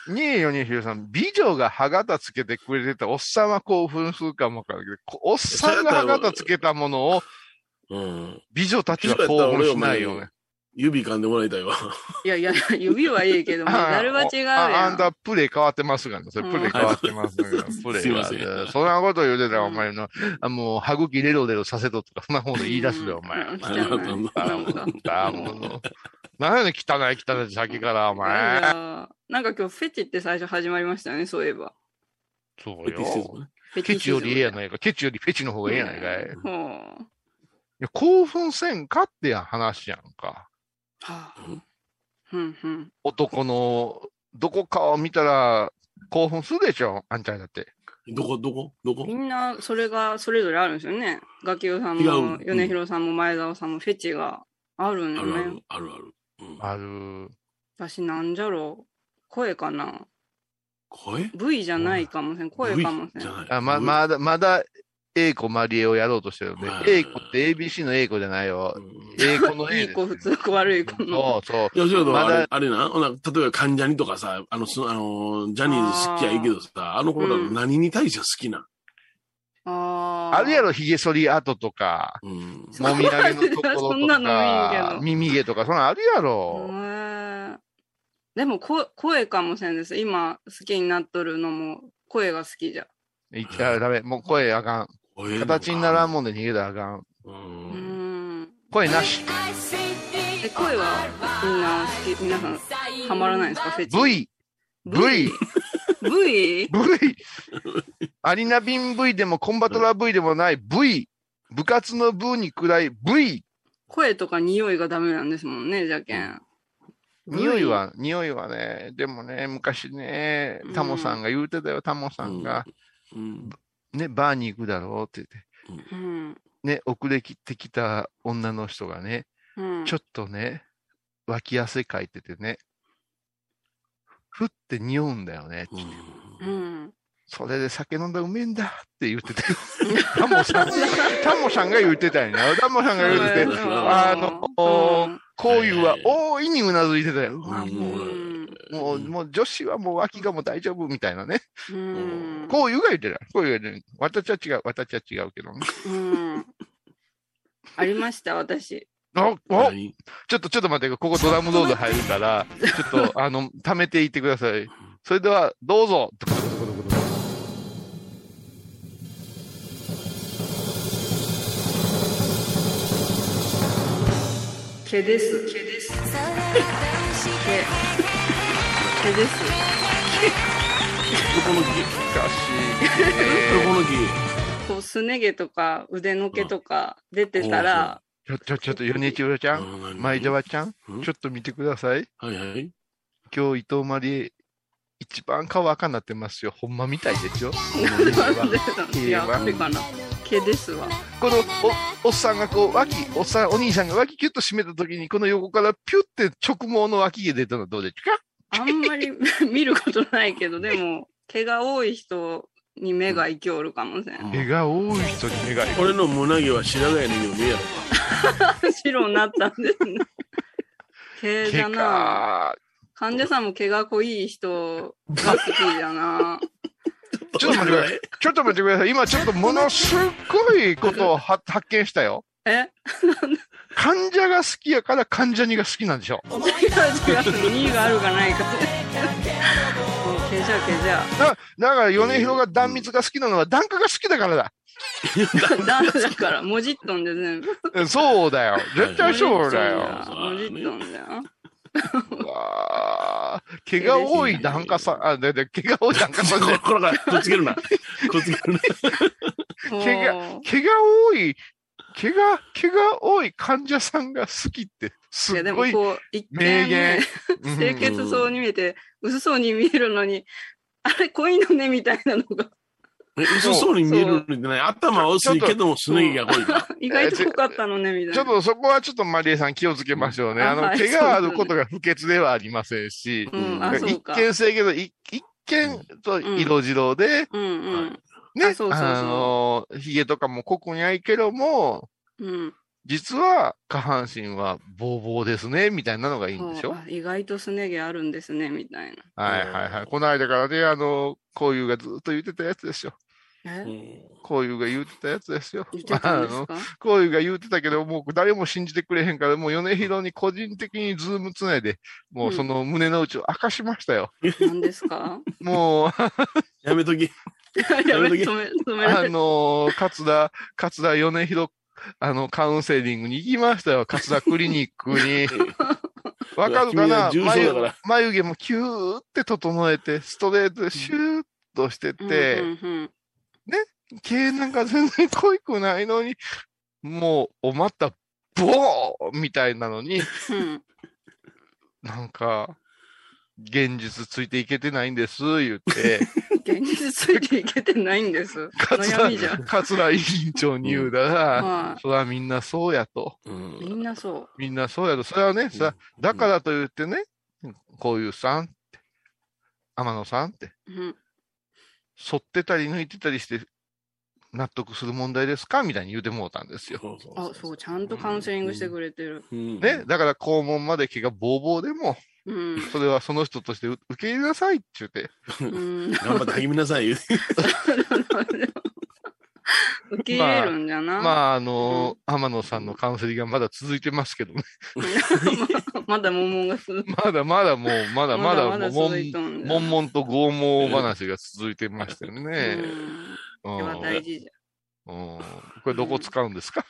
にえよにひろさん、美女が歯型つけてくれてたおっさんは興奮するかもわからんけど、こおっさんが歯型つけたものをうん。美女たちは興奮しないよね。指噛んでもらいたいわ。いやいや、指はいいけど、メダルは違うやん。ああんたプレイ変わってますがね。それプレイ変わってますが、プレイすいまはせんそんなこと言うてたら、うんお前の、あもう歯茎レロレロさせととか、そんなこと言い出すで、お前。うんありがとうございま汚すいなんかあもうなんやねん汚い汚いって先から、おい前。やなんか今日フェチって最初始まりましたよね、そういえば。そうフェティシズよ。ムねフェケチよりええやいないか。ケチよりフェチの方がええやないかい。いほう。はや興奮せんかってやん話やんか。あ。うんうん。男のどこかを見たら興奮するでしょ、あんちゃんだって。どこ、どこ、どこみんなそれがそれぞれあるんですよね。ガキオさん違もう、うん米広さんも前澤さんもフェチがあるんあよるあねる。、あるある。うん、ある。私なんじゃろう。声かな。声 V じゃないかもせん。声かもせじゃん。ない。あままだ、まだ、英子マリエをやろうとしてるんではい、英子って ABC の英子じゃないよう。ん英子 のい A いです。子、普通子、悪い子の。そうそう。いや、そうやけどまだあれ、あれな、ほな、例えば関ジャニとかさ、あの、すあの、ジャニーズ好きやいいけどさ、あの頃だと何に対して好きなああ。あるやろ、髭剃り跡とか、うん。そもみあげのところそんなのといいけかど、耳毛とか、そんなんあるやへろ。ー。でもこ、声かもせんです。今、好きになっとるのも、声が好きじゃ。いっちゃダメ。もう声あかん。声とか形にならんもんで逃げたらあかん。う。うんん。声なし。え、声は、みんな好き、皆さん、ハマらないですかフェチ。 V。V。 V? V! アリナビン V でもコンバトラ V でもない V! 部活の部にくらい V! 声とか匂いがダメなんですもんね、じゃけん。匂いは、匂いはね、でもね、昔ね、タモさんが言うてたよ、タモさんが。うん。ね、バーに行くだろうってうん。言って。ね、遅れてきた女の人がね、うん。ちょっとね、脇汗かいててね、ふって匂うんだよね。うん。それで酒飲んだらうめえんだって言ってたよ。タモさん、タモさんが言ってたんや。タモさんが言ってて、あの、こういうは大いにうなずいてたよ。うわうんもう、もう、もう女子はもう脇がもう大丈夫みたいなね。うん。こういうが言ってた。こういうが言ってた。私は違う、私は違うけどね。うん。ありました、私。あ、お何ちょっと、ちょっと待って、ここドラムロール入る から、ちょっと、あの、溜めていってください。それでは、どうぞ。毛です。毛です。毛。毛です。この木 しどこの木こう、すね毛とか腕の毛とか出てたら、い。ちょ、ちょ、ちょっと、ヨニチウラちゃん、あ何前沢ちゃん、うんちょっと見てください。はいはい。今日、伊藤まり、一番顔赤になってますよ。ほんまみたいですよ。なんでなんいいいわや、あれかな。毛ですわ。このお、おっさんがこう、脇、おっさん、お兄さんが脇キュッと締めた時に、この横からピュッて直毛の脇毛出たのどうでしょうかあんまり 見ることないけど、でも、毛が多い人に目が行きおるかもしれん。毛が多い人に目が行く。俺の胸毛は白髪やねんけど見えやろ白になったんですね。毛毛だな。か。患者さんも毛が濃い人が好きだな。 ちょっと待ってください。ちょっと待ってください。今ちょっとものすっごいことをは発見したよ。え患者が好きやから患者にが好きなんでしょ。違う違う。2位があるかないか。もう毛じゃ毛じゃ。だだから米広が断蜜が好きなのは檀家が好きだからだ。 ダンスだから、もじっとんで全部。うんそうだよ。絶対そうだよ。もじっとんだよ。うわあ毛が多い檀 家さん、あ、で、で、毛が多い檀家さんじゃないここらから、こっつけるな。こっつけるな。毛がも、毛が多い、毛が、毛が多い患者さんが好きって、すういやでっもごいこう、一見名言ね。うん清潔そうに見えて、薄そうに見えるのに、あれ、濃いのねみたいなの が、え薄そうに見えるんじゃない。頭は薄いけども、すね毛が濃いから。意外と濃かったのねみたいな。ちょっとそこはちょっとマリエさん気をつけましょうね。うんあの、はい毛があることが不潔ではありませんし、うん、ああ、そう一か。見性けど、い一見と色白で、うんうん。ね、あそうそうそうあの、髭とかも濃くにゃいけども、うん、実は下半身はボーボーですね、みたいなのがいいんでしょそうあ意外とすね毛あるんですね、みたいな。はいはいはい。この間からね、あの、こういうがずっと言ってたやつですよ。えこういうが言ってたやつですよ。言ってた んですかこういうが言うてたけど、もう誰も信じてくれへんから、もう米広に個人的にズームつないで、もうその胸の内を明かしまし たよ。何です かもう、あやめとき。やめ、止め、止められた。のー、桂、桂米広、あの、カウンセリングに行きましたよ。桂クリニック に。わかるかな君は重症だから眉眉毛もキューって整えて、ストレートでシューッとしてて、うんうん毛なんか全然濃いくないのに、もう、おまた、ボーみたいなのに、うんうんなんか、現実ついていけてないんです、言って、現実ついていけてないんです。悩みじゃん。桂、桂委員長に言うなら、はそれはみんなそうやと。うい、んみんなそう。みんなそうやと。それはね、さ、だからと言ってね、こういうさんって、天野さんって、うん、剃ってたり抜いてたりして、納得する問題ですかみたいに言うてもうたんですよ。そうそうあ、そう、ちゃんとカウンセリングしてくれてる。うんね、だから肛門まで毛がボーボーでも、うん。それはその人としてう受け入れなさいって言って、 うん、頑張って励みなさい。受け入れるんじゃな、まあ、まあ、あの天野さんのカウンセリングがまだ続いてますけどね、 まだ桃がすまだまだもう、まだまだもまだまう、だも続いんとんもんんもんと剛毛話が続いてましたよねね。ううんん、では大事じうんこれどこ使うんですかゃ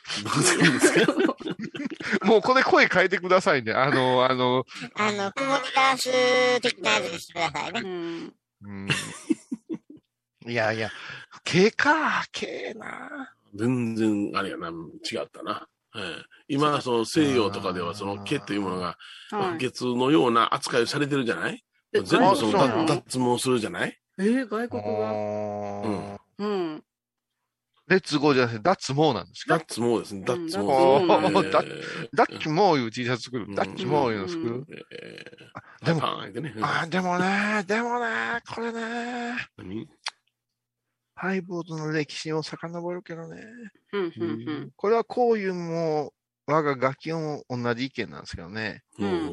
ん。もうこれ声変えてくださいね。あの、あの、あの、クモニダンス的なやつにしてくださいね。うん、うん、いやいや、毛か、毛な。全然、あれやな、違ったな。ええ今、その西洋とかでは、その毛というものが、は不い。潔のような扱いをされてるじゃないえ全部そのあそうな脱の脱毛するじゃないえー、外国はうんうん。レッツゴーじゃなくて、脱毛なんですか脱毛ですね、脱毛。うん脱毛脱ダッチモーいう T シャツ作うる。んダッチモーいうの作る。ででも、も、パーン開いてね。うんあ、でもね、でもね、これね、何ハイボードの歴史を遡るけどね。うん、うん、これはこういうも、我がガキオも同じ意見なんですけどね。うんうん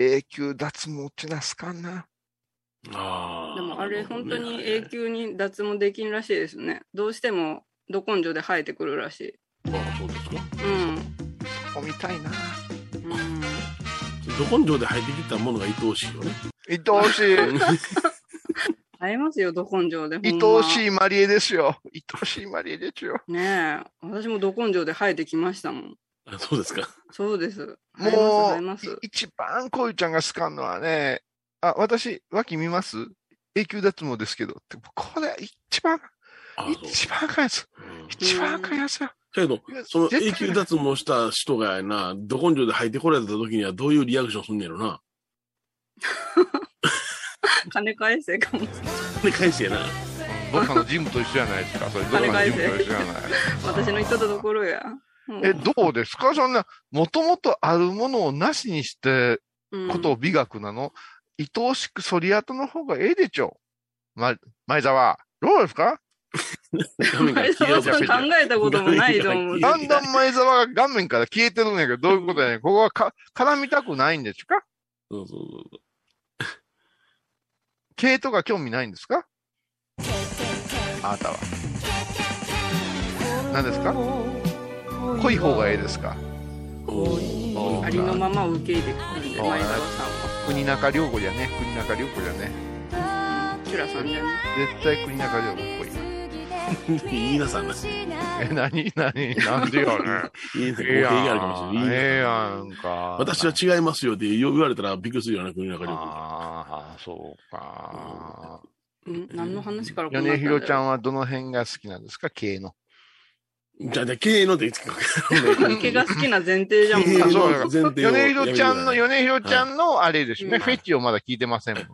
永久脱毛ってなすかんな。うあん。あ。でもあれ、本当にえ永久に脱毛できんらしいですね。どうしても、ど根性で生えてくるらしあそうですか。い。うん。おみたいな。うん、ど根性で入ってきたものが愛おしいよね。愛おしい。生えますよ、ど根性で。愛おしい。いマリエですよ。愛おしいマリエですよ。ねえ。私もど根性で生えてきましたもん。えそうですか。そうです。ありますあもりまうす。、い一番こいちゃんが好かんのはね、あ、私、脇見ます永久脱毛ですけどって、これ一番、あそう一番赤いやつ。一番赤いやつや。だけど、その永久脱毛した人がやな、ど根性で入ってこられた時にはどういうリアクションすんねやろ な。金返せかもしれない。で、返してやな。どっかのジムと一緒やないで すか。それどっ金かの返ジムとせ一緒やない。私の言ったところや。うんえ、どうですかそんな、もともとあるものをなしにしてうんことを美学なの、愛おしくそり跡の方がええでちょ。ま、前澤、どうですか画面から前消え澤ようとさんして考えたこともないと思う。だんだん前澤が顔面から消えてるんやけど、どういうことやねん。ここはか絡みたくないんですかそうそうそうそう。毛とか興味ないんですかあなたは。何ですか濃い方がええですかおーありのままを受け入れてくれるんで、うん前澤さんは。国中涼子じゃね。国中涼子じゃね。キュラさんじゃん。絶対国中涼子っぽい。 いいなさんです。いえ、何何な んでよね。いな、語え弊えやがあるかもしれない。ん。いいええなやんか。私は違いますよって言われたらびっくりするような国の中で。ああ、そうか。うん何の話からこんな米広ちゃんんはどの辺が好きなんですか系の。じゃあ、じゃあ、経営のって言ってだろう。 毛が好きな前提じゃん。あそうだ前提を米広ちゃんの、やめてください米広ちゃんのあれでしょうね。うんフェチをまだ聞いてませんもん。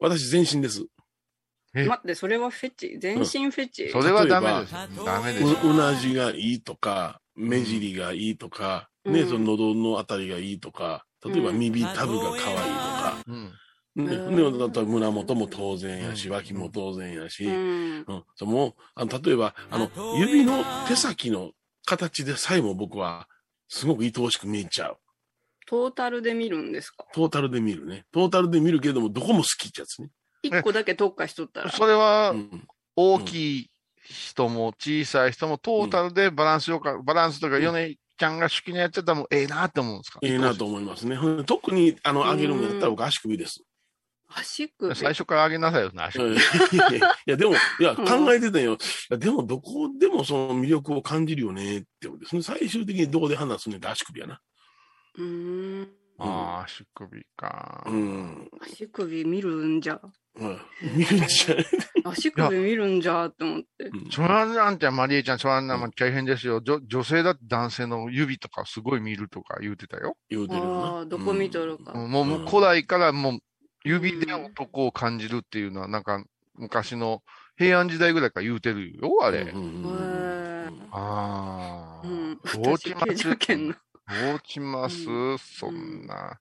私全身です。え待って、それはフェチ全身フェチそれはダメです。ダメです。ううなじがいいとか、目尻がいいとか、ね、うんその喉のあたりがいいとか、例えばうん耳タブが可愛いとか、うん。ね、うんねだと胸元も当然やし、脇も当然やし、ううん、ん。そのもうあの例えば、あの、指の手先の形でさえも僕は、すごく愛おしく見えちゃう。トータルで見るんですかトータルで見るね。トータルで見るけども、どこも好きってやつね。一個だけ特化しとったら。それはうん大きい人も小さい人もトータルでバランスよか、バランスとかうん米ちゃんが好きなやつだったらもうええなって思うんですかええなと思いますね。ほんで特に、あの、うん上げるんやったら僕足首です。足首。最初からあげなさいよ、な。うんいや、でも、いや、うん考えてたんよ。いやでも、どこでもその魅力を感じるよねってことですね。最終的にどこで判断するねって足首やな。うーん。ああ、足首かう。ん。足首見るんじゃ。うん。見るんじゃない足首見るんじゃって思って。そらなんちゃん、マリエちゃん、そらなんま大変ですよ。女女性だって男性の指とかすごい見るとか言うてたよ。言うてるよあな。あ、どこ見とるうか。んもうもううん古代からもう指で男を感じるっていうのはなんか昔の平安時代ぐらいから言うてるよ、ああれ。へーああ。うん。どう私、ち刑事件の。落ちます、うそんな。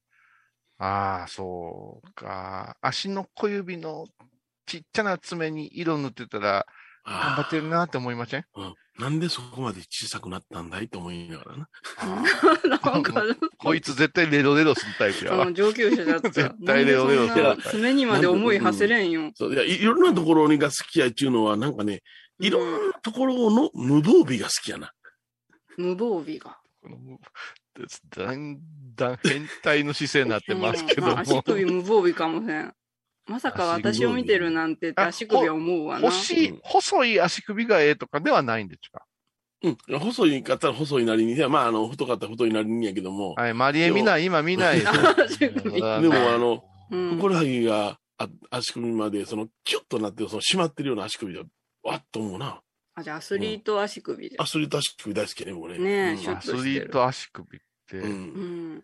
ああ、そうか。足の小指のちっちゃな爪に色塗ってたら、頑あ張ってるなって思いませんあ。うんなんでそこまで小さくなったんだいと思いながらな。なんか、こいつ絶対レロレロするタイプやわう。ん上級者だった。絶対レオレなオだんっでたそんな爪にまで思い馳せれんよ。そういやいいろんなところが好きやっていうのは、なんかね、いろんなところの無防備が好きやな。無防備が。このだんだん変態の姿勢になってますけどうんまあ足も。首無防備かもせん。まさか私を見てるなんてって足首は思うわな。細い、細い足首がええとかではないんですかうん。細いかったら細いなりに、いやまあ、あの、太かったら太いなりにやけども、はい、マリエ見ない、今見ない。足首。でも、あの、うんふくらはぎがあ足首まで、その、キュッとなって、その、締まってるような足首だ。わっと思うな。あ、じゃあアスリート足首じゃア。スリート足首大好きやね、僕ね。ねえうんシュッアスリート足首って。うんう。ん。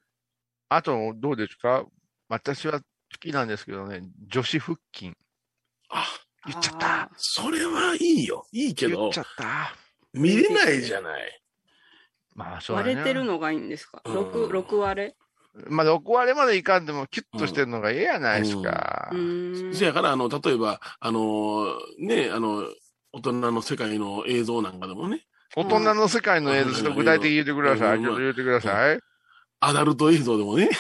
あと、どうですか私は好きなんですけどね、女子腹筋。あ、言っちゃったあそれはいいよ。いいけ言どっちゃ、った。見れないじゃない。まあ、ー。そうだね割れてるのがいいんですかうん六六割れまあ、6割までいかんでも、キュッとしてるのがええやないですか。うーんせやから、あの、例えば、あのー、ねえ、あの、大人の世界の映像なんかでもね、大人の世界の映像、ちょっと具体的に言ってください。うんちょっと言ってください。アダルト映像でもね、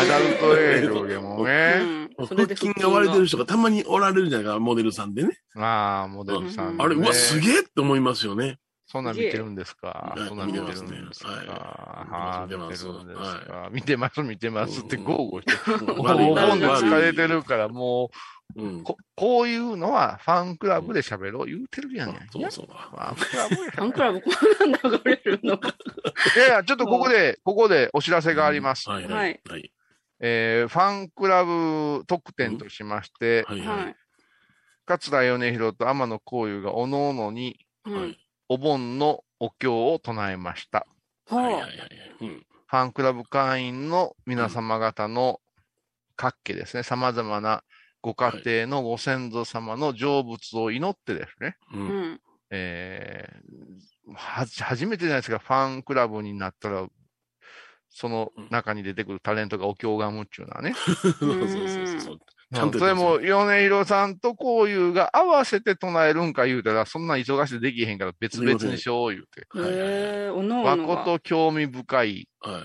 アダルト映像でもうね。んそれ腹で筋が割れてる人がたまにおられるじゃないか、モデルさんでね。まあ、モデルさん、うんね。あれ、うわ、すげえって思いますよね。そんなん見てるんですかすげえそんなん見てるんですかはいはい。見て見まてするんですはか見てます、見てますって豪語して。 もう悪い今度悪い疲れてるから、もう、うん。ここういうのはファンクラブで喋ろう言うてるやんや。そうそう。ファンクラブでファン喋クろう。ラブこんなん流れるのいやいや、ちょっとここで、ここでお知らせがあります。はいはいはいはいえーファンクラブ特典としまして、はいは。はいい。桂米広と天野幸雄がおのおのにうん。お盆のお経を唱えました。ほうはいはいはいはい。うん。ファンクラブ会員の皆様方の各家ですね、様々なご家庭のご先祖様の成仏を祈ってですね、う。うんん。えーはじ初めてじゃないですか、ファンクラブになったら、その中に出てくるタレントがお経がむっちゅうの はね、 そうそうそうそう。ちゃんとそれも、米広さんとこういうが合わせて唱えるんか言うたら、そんなん忙しいでできへんから別々にしよう言うて。へえおのおまのこが。と興味深い、は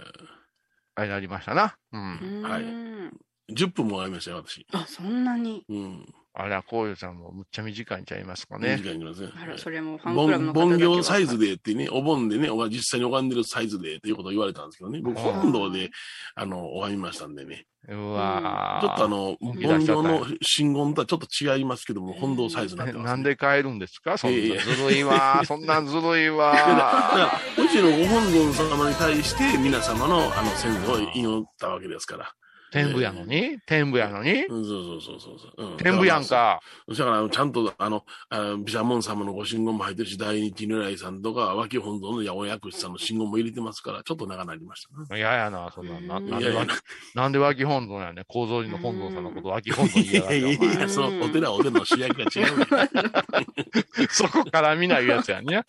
あれになりましたな。うんう。はいん。い。10分もありましたよ、私。あ、そんなに。うん。あら、こういうさんもむっちゃ短いんちゃいますかね。ね。時間いきますね。あら、それもファンクラブの方盆盆だけ行はサイズでってね、お盆でね、お実際に拝んでるサイズでっていうことを言われたんですけどね、僕、うん本堂で、あの、拝みましたんでね、うわちょっとあの、の、盆いらっしゃった行の真言とはちょっと違いますけども、本堂サイズになってえます、なんで買えるんですかそんいやいなやずるい わ。そんなんずるいだ かわ。ら、うちのご本尊様に対して、皆様のあの先祖を祈ったわけですから。天部やのに天部やのにうん、そうそうそうそうそう。うん、天部やんか。だから。だから、ちゃんと、あの、あ毘沙門様のご神言も入ってるし、大日如来さんとか、脇本尊の八百薬師さんの神言も入れてますから、ちょっと長なりましたな。いややな、そんなんな。うんなんいでやいや脇、なんで脇本尊やねん。構造寺の本尊さんのこと脇本尊い言いやがっやて。いお前や、そう、お寺はお寺の主役が違うから。そこから見ないやつやんね。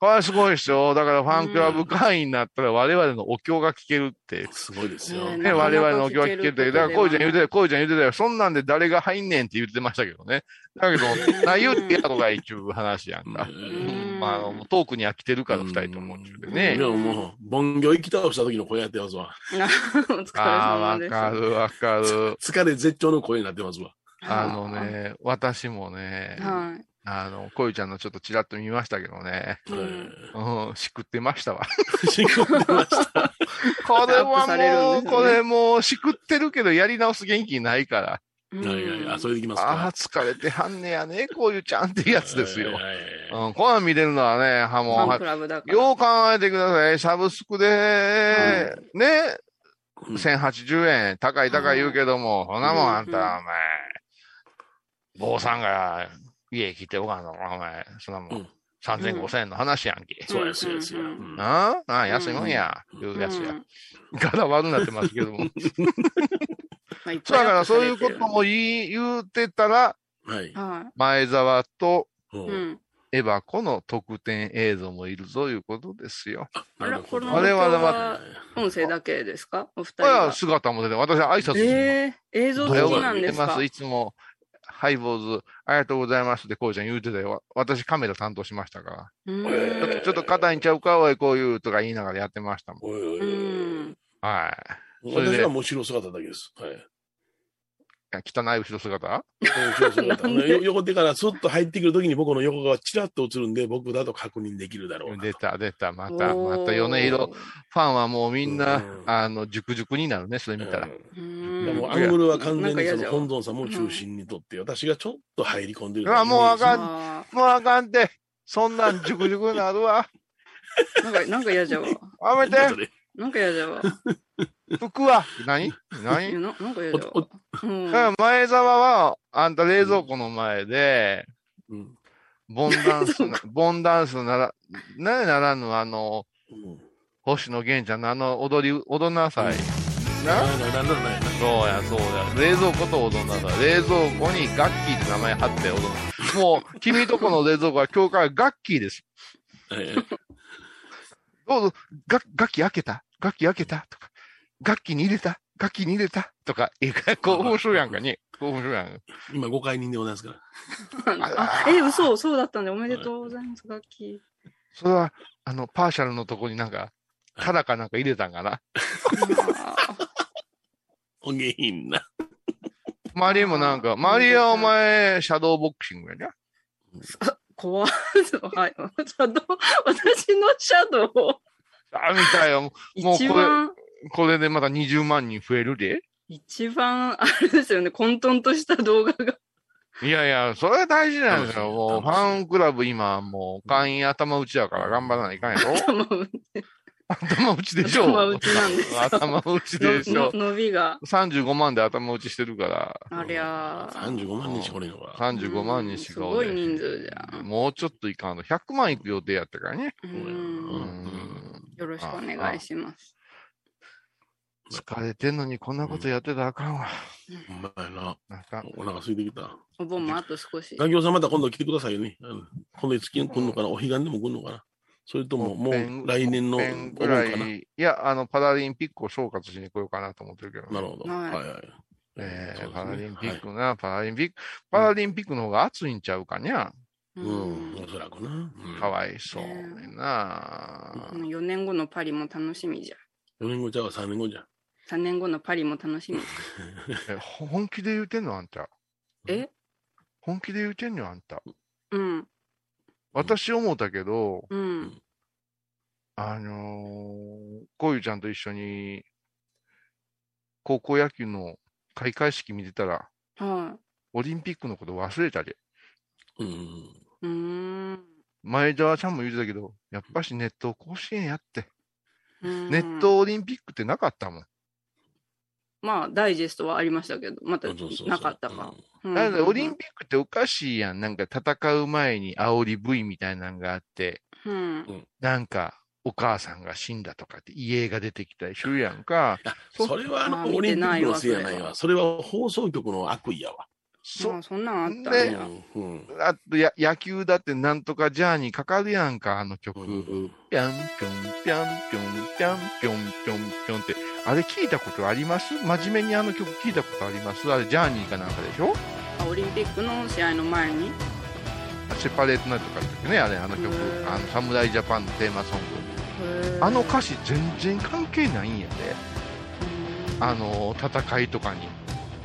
これはすごいでしょ。だからファンクラブ会員になったら我々のお経が聞けるって。すごい ですよ。ねね、なかな我か々のお経が聞けて。だから、こういうちゃん言うてたよ、こういうちゃん言うてたよ。そんなんで誰が入んねんって言ってましたけどね。だけど、何言ってやろがいいっちゅう話やんか。うんまああの、もうトークに飽きてるから、二人ともっちゅうてねで。ももう、盆行行き倒した時の声やってますわ。な お疲れああ、様わです。かるわか る。疲れ絶頂の声になってますわ。あのね、私もね、はあの、こういうちゃんのちょっとちらっと見ましたけどね、うん えうん、しくってましたわ。えしこってました。これアップされるんではもう、すねこれもう、しくってるけど、やり直す元気ないから、い。いやいやいや、それできますああ、か。疲れてはんねやね、こういうちゃんってやつですよは。いはいはいうん、こんなん見れるのはね、はもうファンはク、ラブだから。よう考えてください。サブスクで、ね、うん1080円、高い高い言うけども、そんなうもんんあんた、お前、坊さんが家来ておかんの、お前、そんなもうんん、 3000、5000円の話やんけ。そうや、そうや、そうや。うんうんなあ、なあ、安いもんや、うんいうやつうんや。柄悪なってますけど も。まあいっぱだいかアッらプさそうれいてうることも言い言うてたら、はい。は前澤とうんい。うん。エバコの特典映像もいるぞいうことですよ。あら、このあれは音まは音声だけですかお二人これはは。姿も出て、私は挨拶しええ、映像ま付す。きなんですまかす。いつも、ハイボーズ、ありがとうございますってこうちゃん言うてたよ。私カメラ担当しましたかうら。ちょっーんと、ちょっと肩にちゃうか、おい、こういうとか言いながらやってましたもおん。いおいおういおいん。はい。それで私はもう後ろ姿だけです。はい。汚い後ろ姿後ろ姿。よ横手からスッと入ってくるときに僕の横がチラッと映るんで、僕だと確認できるだろうな出と。た、出た、また、おーまた米色。ファンはもうみんな、うんあの、熟熟になるね、それ見たら。ううんんでもアングルは完全にその本尊様を中心にとって、私がちょっと入り込んでる。うわもうあかんあもうあかんて。そんなん熟熟になるわ。ーなんか、なんか嫌じゃわ。やめて。なんか嫌じゃわ。服は。何い何やななんか嫌じゃおわ。うんだから前澤は、あんた冷蔵庫の前で、うんボンダンスな、ボンダンスなら、なぜならぬ、あの、うん星野源ちゃんのあの踊り、踊んなさい。ななななななそうや、そうや。冷蔵庫と踊んなさい。冷蔵庫にガッキーって名前貼って踊る。もう、君とこの冷蔵庫は今日からガッキーです。えどうぞ、が楽器開けた楽器開けたとか、楽器に入れた楽器に入れたとか、え興奮するやんかに。興奮するやんか。え今5回人でございますから。あ、え、嘘、そうだったんで、おめでとうございます、楽 器。それは、あの、パーシャルのとこになんか、ただかなんか入れたんかな。お下品な。周りもなんか、周りはお前、シャドーボクシングやね。怖い。はい。シャドウ、私のシャドウをあ、みたいよ。もう一これ、番、これでまた20万人増えるで。一番、あれですよね、混沌とした動画が。いやいや、それは大事なんですよ。もう、フ楽しみァンクラブ今、もう、会員頭打ちやから頑張らないかんやろ。頭を打って頭打ちでしょ。頭打ちなんですよ頭打ちでしょの。の伸びが。 35万で頭打ちしてるから。ありゃー。 35万人しかおれんのか。 35万人しすかごおいれん人数じゃん。もうちょっといかんの。100万いく予定やったからね。う。うんん。よろしくお願いします。疲れてんのにこんなことやってたらあかんわ。ほんまやな。あかん。お腹空いてきた。お盆もあと少し。ガキオさんまた今度来てくださいよね。うん今度月に来るのかな、お彼岸でも来るのかなそれとももう来年のおペ盆ンぐからな。い、いや、あの、パラリンピックを総括しに来ようかなと思ってるけど。なるほど。ははいいはい。えーそうですねパラリンピックはな、パラリンピック、パラリンピックの方が暑いんちゃうかにゃ。ういうん、おそらくな。うんかわいそうにもな。う4年後のパリも楽しみじゃん。 4年後ちゃうわ、3年後じゃん。 3年後のパリも楽しみ。え本気で言うてんのあんた。え本気で言うてんのあんた。うん。私思うたけど、うん。あのー、こういうちゃんと一緒に、高校野球の開会式見てたら、はオリンピックのこと忘れたで。うん。い。うーん。前澤ちゃんも言うてたけど、やっぱし熱湯甲子園やって、うん熱湯オリンピックってなかったもん。まあ、ダイジェストはありましたけど、またそうそうそうなかったか。。うんだからオリンピックっておかしいやん。なんか戦う前に煽り V みたいなのがあって、うん。なんかお母さんが死んだとかって遺影が出てきたりするやんか。あそれはああの見オリてンピないックわのせいやないわ。それは放送局の悪意やわ。そまあ、そんなんあったでんや。うんうん。あとや野球だってなんとかジャーにかかるやんか、あの曲。うんぴゃんぴょんぴゃんぴょんぴゃんぴょんぴょんぴょんって。あれ聞いたことあります真面目にあの曲聞いたことありますあれジャーニーかなんかでしょあオリンピックの試合の前に。セパレートナイトとかってね、あれ、あの曲う。んあの、侍ジャパンのテーマソング。あの歌詞全然関係ないんやで。あの戦いとかに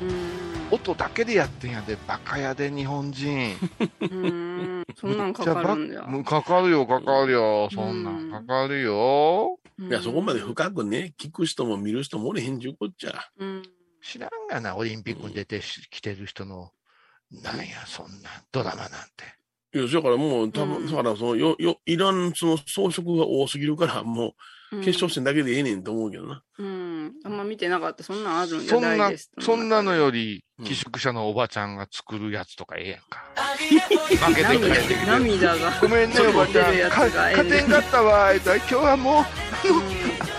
うん音だけでやってんやでバカやで日 本人うん。そんなんかかるんじゃ。むかかるよかかるよそんなうんんかかるよいや、そこまでうん深くね、聞く人も見る人もおれへんじゅうこっちゃ。うん。知らんがなオリンピックに出てし来てる人のなんやそんなドラマなんていや、だからもう、多う分、んだから、その、よ、よ、いらん、その、装飾が多すぎるから、もう、決勝戦だけでええねんと思うけどな。うん。あんま見てなかった。そんなんあるんじそゃんダなイジェストそんなのよりうん寄宿舎のおばちゃんが作るやつとかええやん か負けて帰ってき涙て涙が。ごめんね、おばちゃん。か勝てんかったわ、あいつは今日はもう、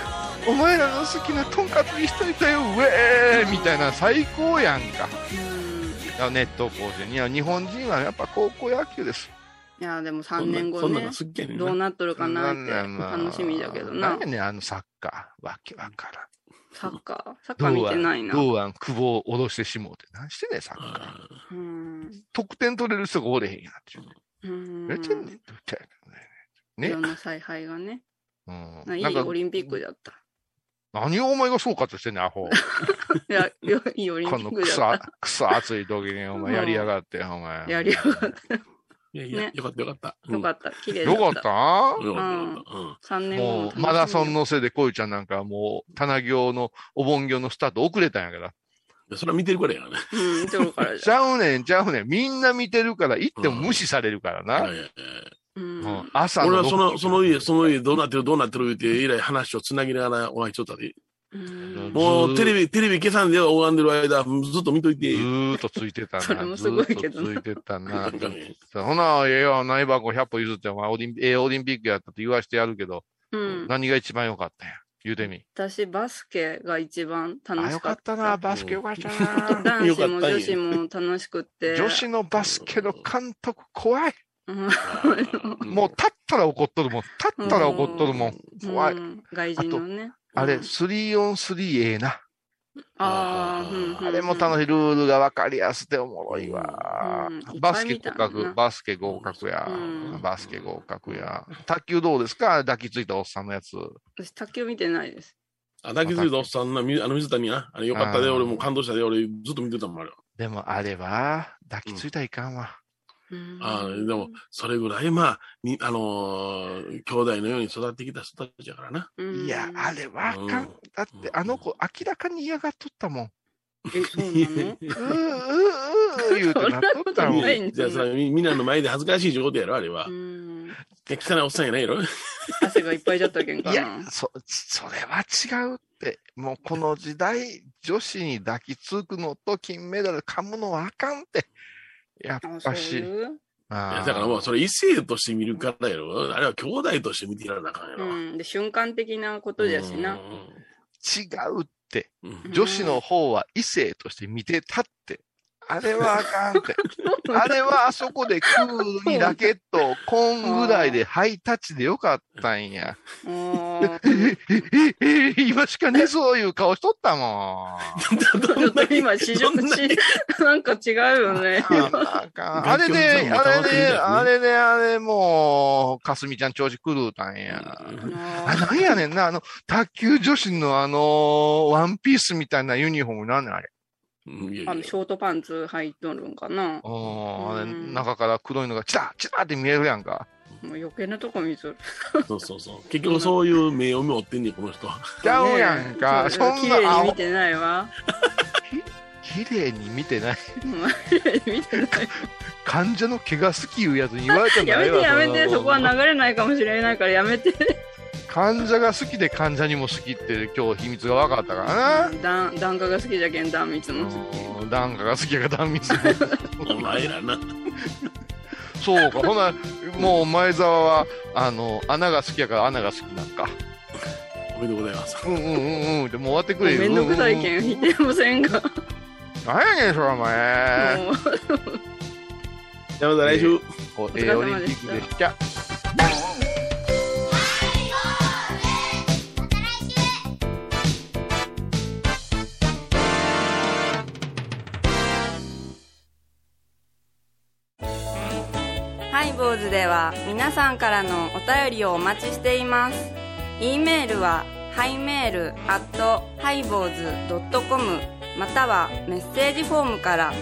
あのお前らの好きなとんかつにしといたよ、ウェーみたいな、最高やんか。うんネット甲子園。いや、日本人はやっぱ高校野球です。いや、でも3そんな年後そんなのね好、きやねんどうな。なっとるかなって楽しみだけどななんや。ねんあのサッカー。わけわからん。サッカー、サッカー堂見てない安、な。堂安、久保を下ろしてしもうて。何してんねん、サッカうー。ん。得点取れる人がおれへんやんっていう。うん。やってんねんって言ったやけいどろんね。ね。な采配が ね。う。なんいいなんかオ、リンピックだった。何をお前が総括してんねん、アホ。いや、 よいいオリンピこのッククだソっ、クソ暑い時にお前やりやがって、お前。た。やりよかっいやいやね、よかったよかった。た。よかっった。綺麗だよかっった。たよかったよかっ3年後も楽しう、みマラソンのせいで、こゆちゃんなんかもう、棚行の、お盆行のスタート遅れたんやから。た。うん。それは見てるからやね。うん、ちょろからち じゃ。ゃうねん、ちゃうねん。みんな見てるから、行っても無視されるからいやな。いやいやううんん。朝俺のは6その、その家、その家どうなってるどうなってる言って、以来話をつなぎながらお会いしとったで。うんもずーうテレビ、テレビ消さんで拝んでる間、ずっと見といてず。ーっとついてたな。それもすごいけどなずーっとついてたなな。んかね、ほな、ええよ、内箱100歩譲って、お前オリンピ、ええオリンピックやったって言わしてやるけど、うん。何が一番良かったんや。言うてみ。私、バスケが一番楽あ、しよかかっったたな。。バスケよかったな。 男よ子かったもんや女子も楽しくって。女子のバスケの監督怖い。うんもう立ったら怒っとるもん。立ったら怒っとるもん。怖い。うん外人のね。あれ、うん 3on3 ええな。ああ、うんうんうんあれも楽しい。ルールが分かりやすくておもろいわうんう。んバスケ合いっぱい見たな格、バスケ合格やう。んバスケ合格や。卓球どうですか抱きついたおっさんのやつ。私、卓球見てないです。あ、だけずおっさんな、みあの水谷な。あれよかったで、あー俺もう感動したで、俺ずっと見てたもん、あれ。でもあれは、抱きついたらいかんわ。うんあーでも、それぐらい、まあ、にあのー兄弟のように育ってきた人たちやからな。うんいや、あれはあかうんん。だってあの子明らかに嫌がっとったもん。え、そうなのうーうーうー言うてなっとったそんなこともんな。いんじゃあ、それはみみんなの前で恥ずかしい状態やろ、あれはう。んいや汚いおっさんやないやろ汗がいっぱいじゃったけんかいやな、。そ、それは違うって。もうこの時代、女子に抱きつくのと金メダル噛むのはあかんって。やっあそぱうし。いういあやーだからもうそれ異性として見るからやろ。あれは兄弟として見てやらなあかんやろ。うん。で、瞬間的なことじゃしな。違うって。うん。うん女子の方は異性として見てたって。あれはあかんって。あれはあそこでクールにラケットをコンぐらいでハイタッチでよかったんや。もえう、え、え、え、今しかねえぞいう顔しとったもん。ちょっと今、試食し、なんか違うよね。なんかあれで、あれで、あれで、あれもう、かすみちゃん調子狂うたんや。あ、なんやねんな、あの、卓球女子のあの、ワンピースみたいなユニフォームなんねんあれ。うんいやいやあの、ショートパンツ履いとるんかな。おーあれうん中から黒いのがチラッチラッって見えるやんか。もう余計なとこ見とる。そうそうそう。結局そういう目を持ってんねん、この人。ちゃうやんか。ねそん綺な、麗あに見、てないわ。綺麗に見てない。うん綺麗に見てない。患者の毛が好きいうやつに言われたんやだめよ。てやめて、のそこは流れないかもしれないからやめて。患者が好きで患者にも好きって今日秘密が分かったからな。段段下が好きじゃけん、段蜜も好き。ダンカが好きやからダンミス。お前らな。そうか。ほな、もう前澤は、あの、穴が好きやから穴が好きなんか。おめでとうございます。うんうんうんうん。でもう終わってくれよ。めんどくさいうんけん、否定もせんが。もうんなんやねん、そらお前。うじゃあまた来週。こう疲えれえオリン様でピしたックでした。ハイボーズでは皆さんからのお便りをお待ちしています。e メールはハイメールアットハイボーズドットコムまたはメッセージフォームから。フ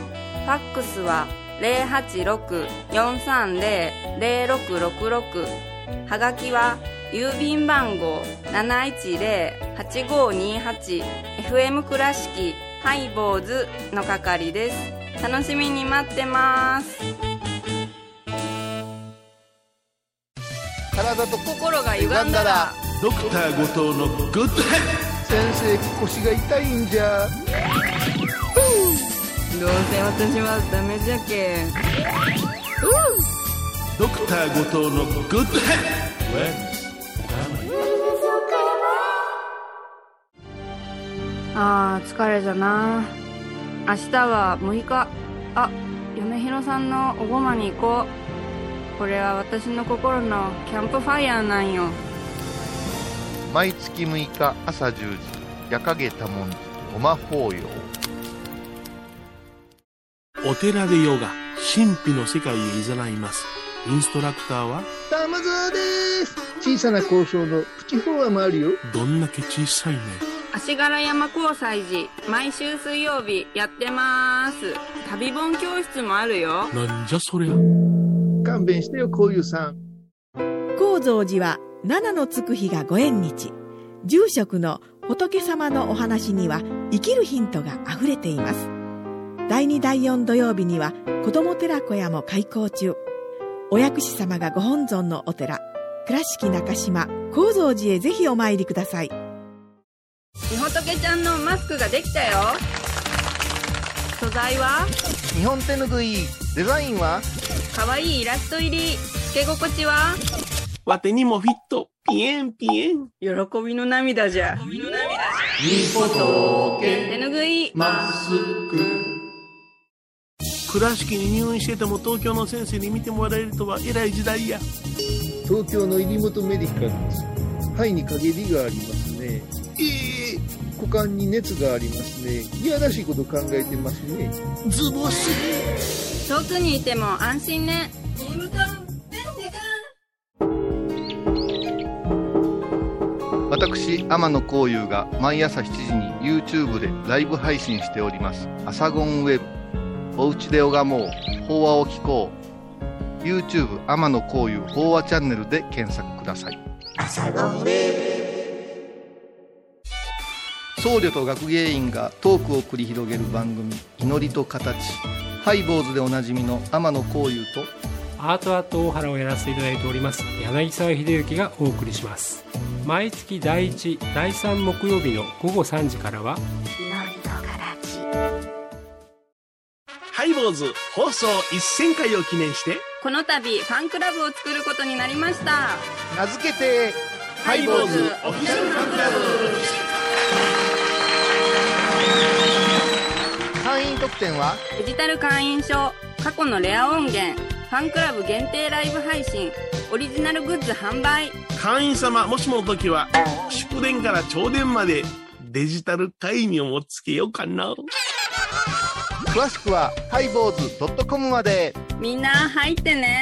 ァックスは086-430-0666はがきは郵便番号710-8528 FM 倉敷ハイボーズの係です。楽しみに待ってます。体と心が歪んだらドクター後藤のグッドヘッ先生腰が痛いんじゃどうせ私はダメじゃけドドクター後藤のグッドヘッあー疲れじゃな明日は6日あ嫁ひろさんのおごまに行こうこれは私の心のキャンプファイヤーなんよ毎月6日朝10時、夜影多聞寺ごま法要。お寺でヨガ、神秘の世界へ誘います。インストラクターは、玉沢です小さな交渉のプチフォアもあるよどんだけ小さいね。足柄山交際時毎週水曜日やってます旅本教室もあるよなんじゃそりゃ。勘弁してよこういうさん高蔵寺は七のつく日がご縁日住職の仏様のお話には生きるヒントがあふれています第2第4土曜日には子ども寺小屋も開校中お薬師様がご本尊のお寺倉敷中島・高蔵寺へぜひお参りくださいみほとけちゃんのマスクができたよ素材は日本手ぬぐい、デザインは可愛いイラスト入りつけ心地はわてにもフィット。ピエンピエン。喜びの涙じゃ。手ぬぐい。倉敷に入院してても東京の先生に見てもらえるとは偉い時代や。東京の入元メディカルです肺に陰りがありますねええ股間に熱がありますねいやらしいこと考えてますねズボス。遠くにいても安心ね。私天野幸雄が毎朝7時に YouTube でライブ配信しております「アサゴンウェブ」「おうちで拝もう法話を聞こう」YouTube 天野幸雄法話チャンネルで検索ください僧侶と学芸員がトークを繰り広げる番組「祈りと形」ハイボーズでおなじみの天野幸雄とアートアート大原をやらせていただいております柳沢秀幸がお送りします毎月第1第3木曜日の午後3時からはハイボーズ放送1000回を記念してこの度ファンクラブを作ることになりました名付けてハイボーズオフィシャルファンクラブ会員特典はデジタル会員証過去のレア音源ファンクラブ限定ライブ配信オリジナルグッズ販売会員様もしもの時は祝電から朝電までデジタル会員をつけようかな詳しくはハイボーズ .com までみんな入ってね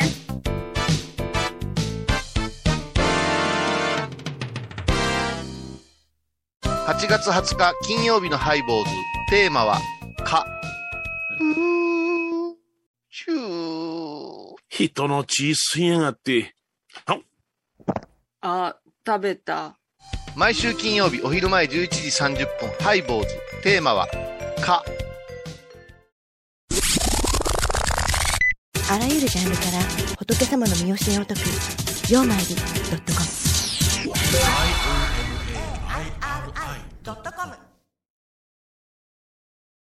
8月20日金曜日のハイボーズテーマは「か」人の血吸いやがって。あ食べた毎週金曜日お昼前11時30分ハイボーズテーマは「か」あらゆるジャンルから仏様の身教えを解く「曜マイり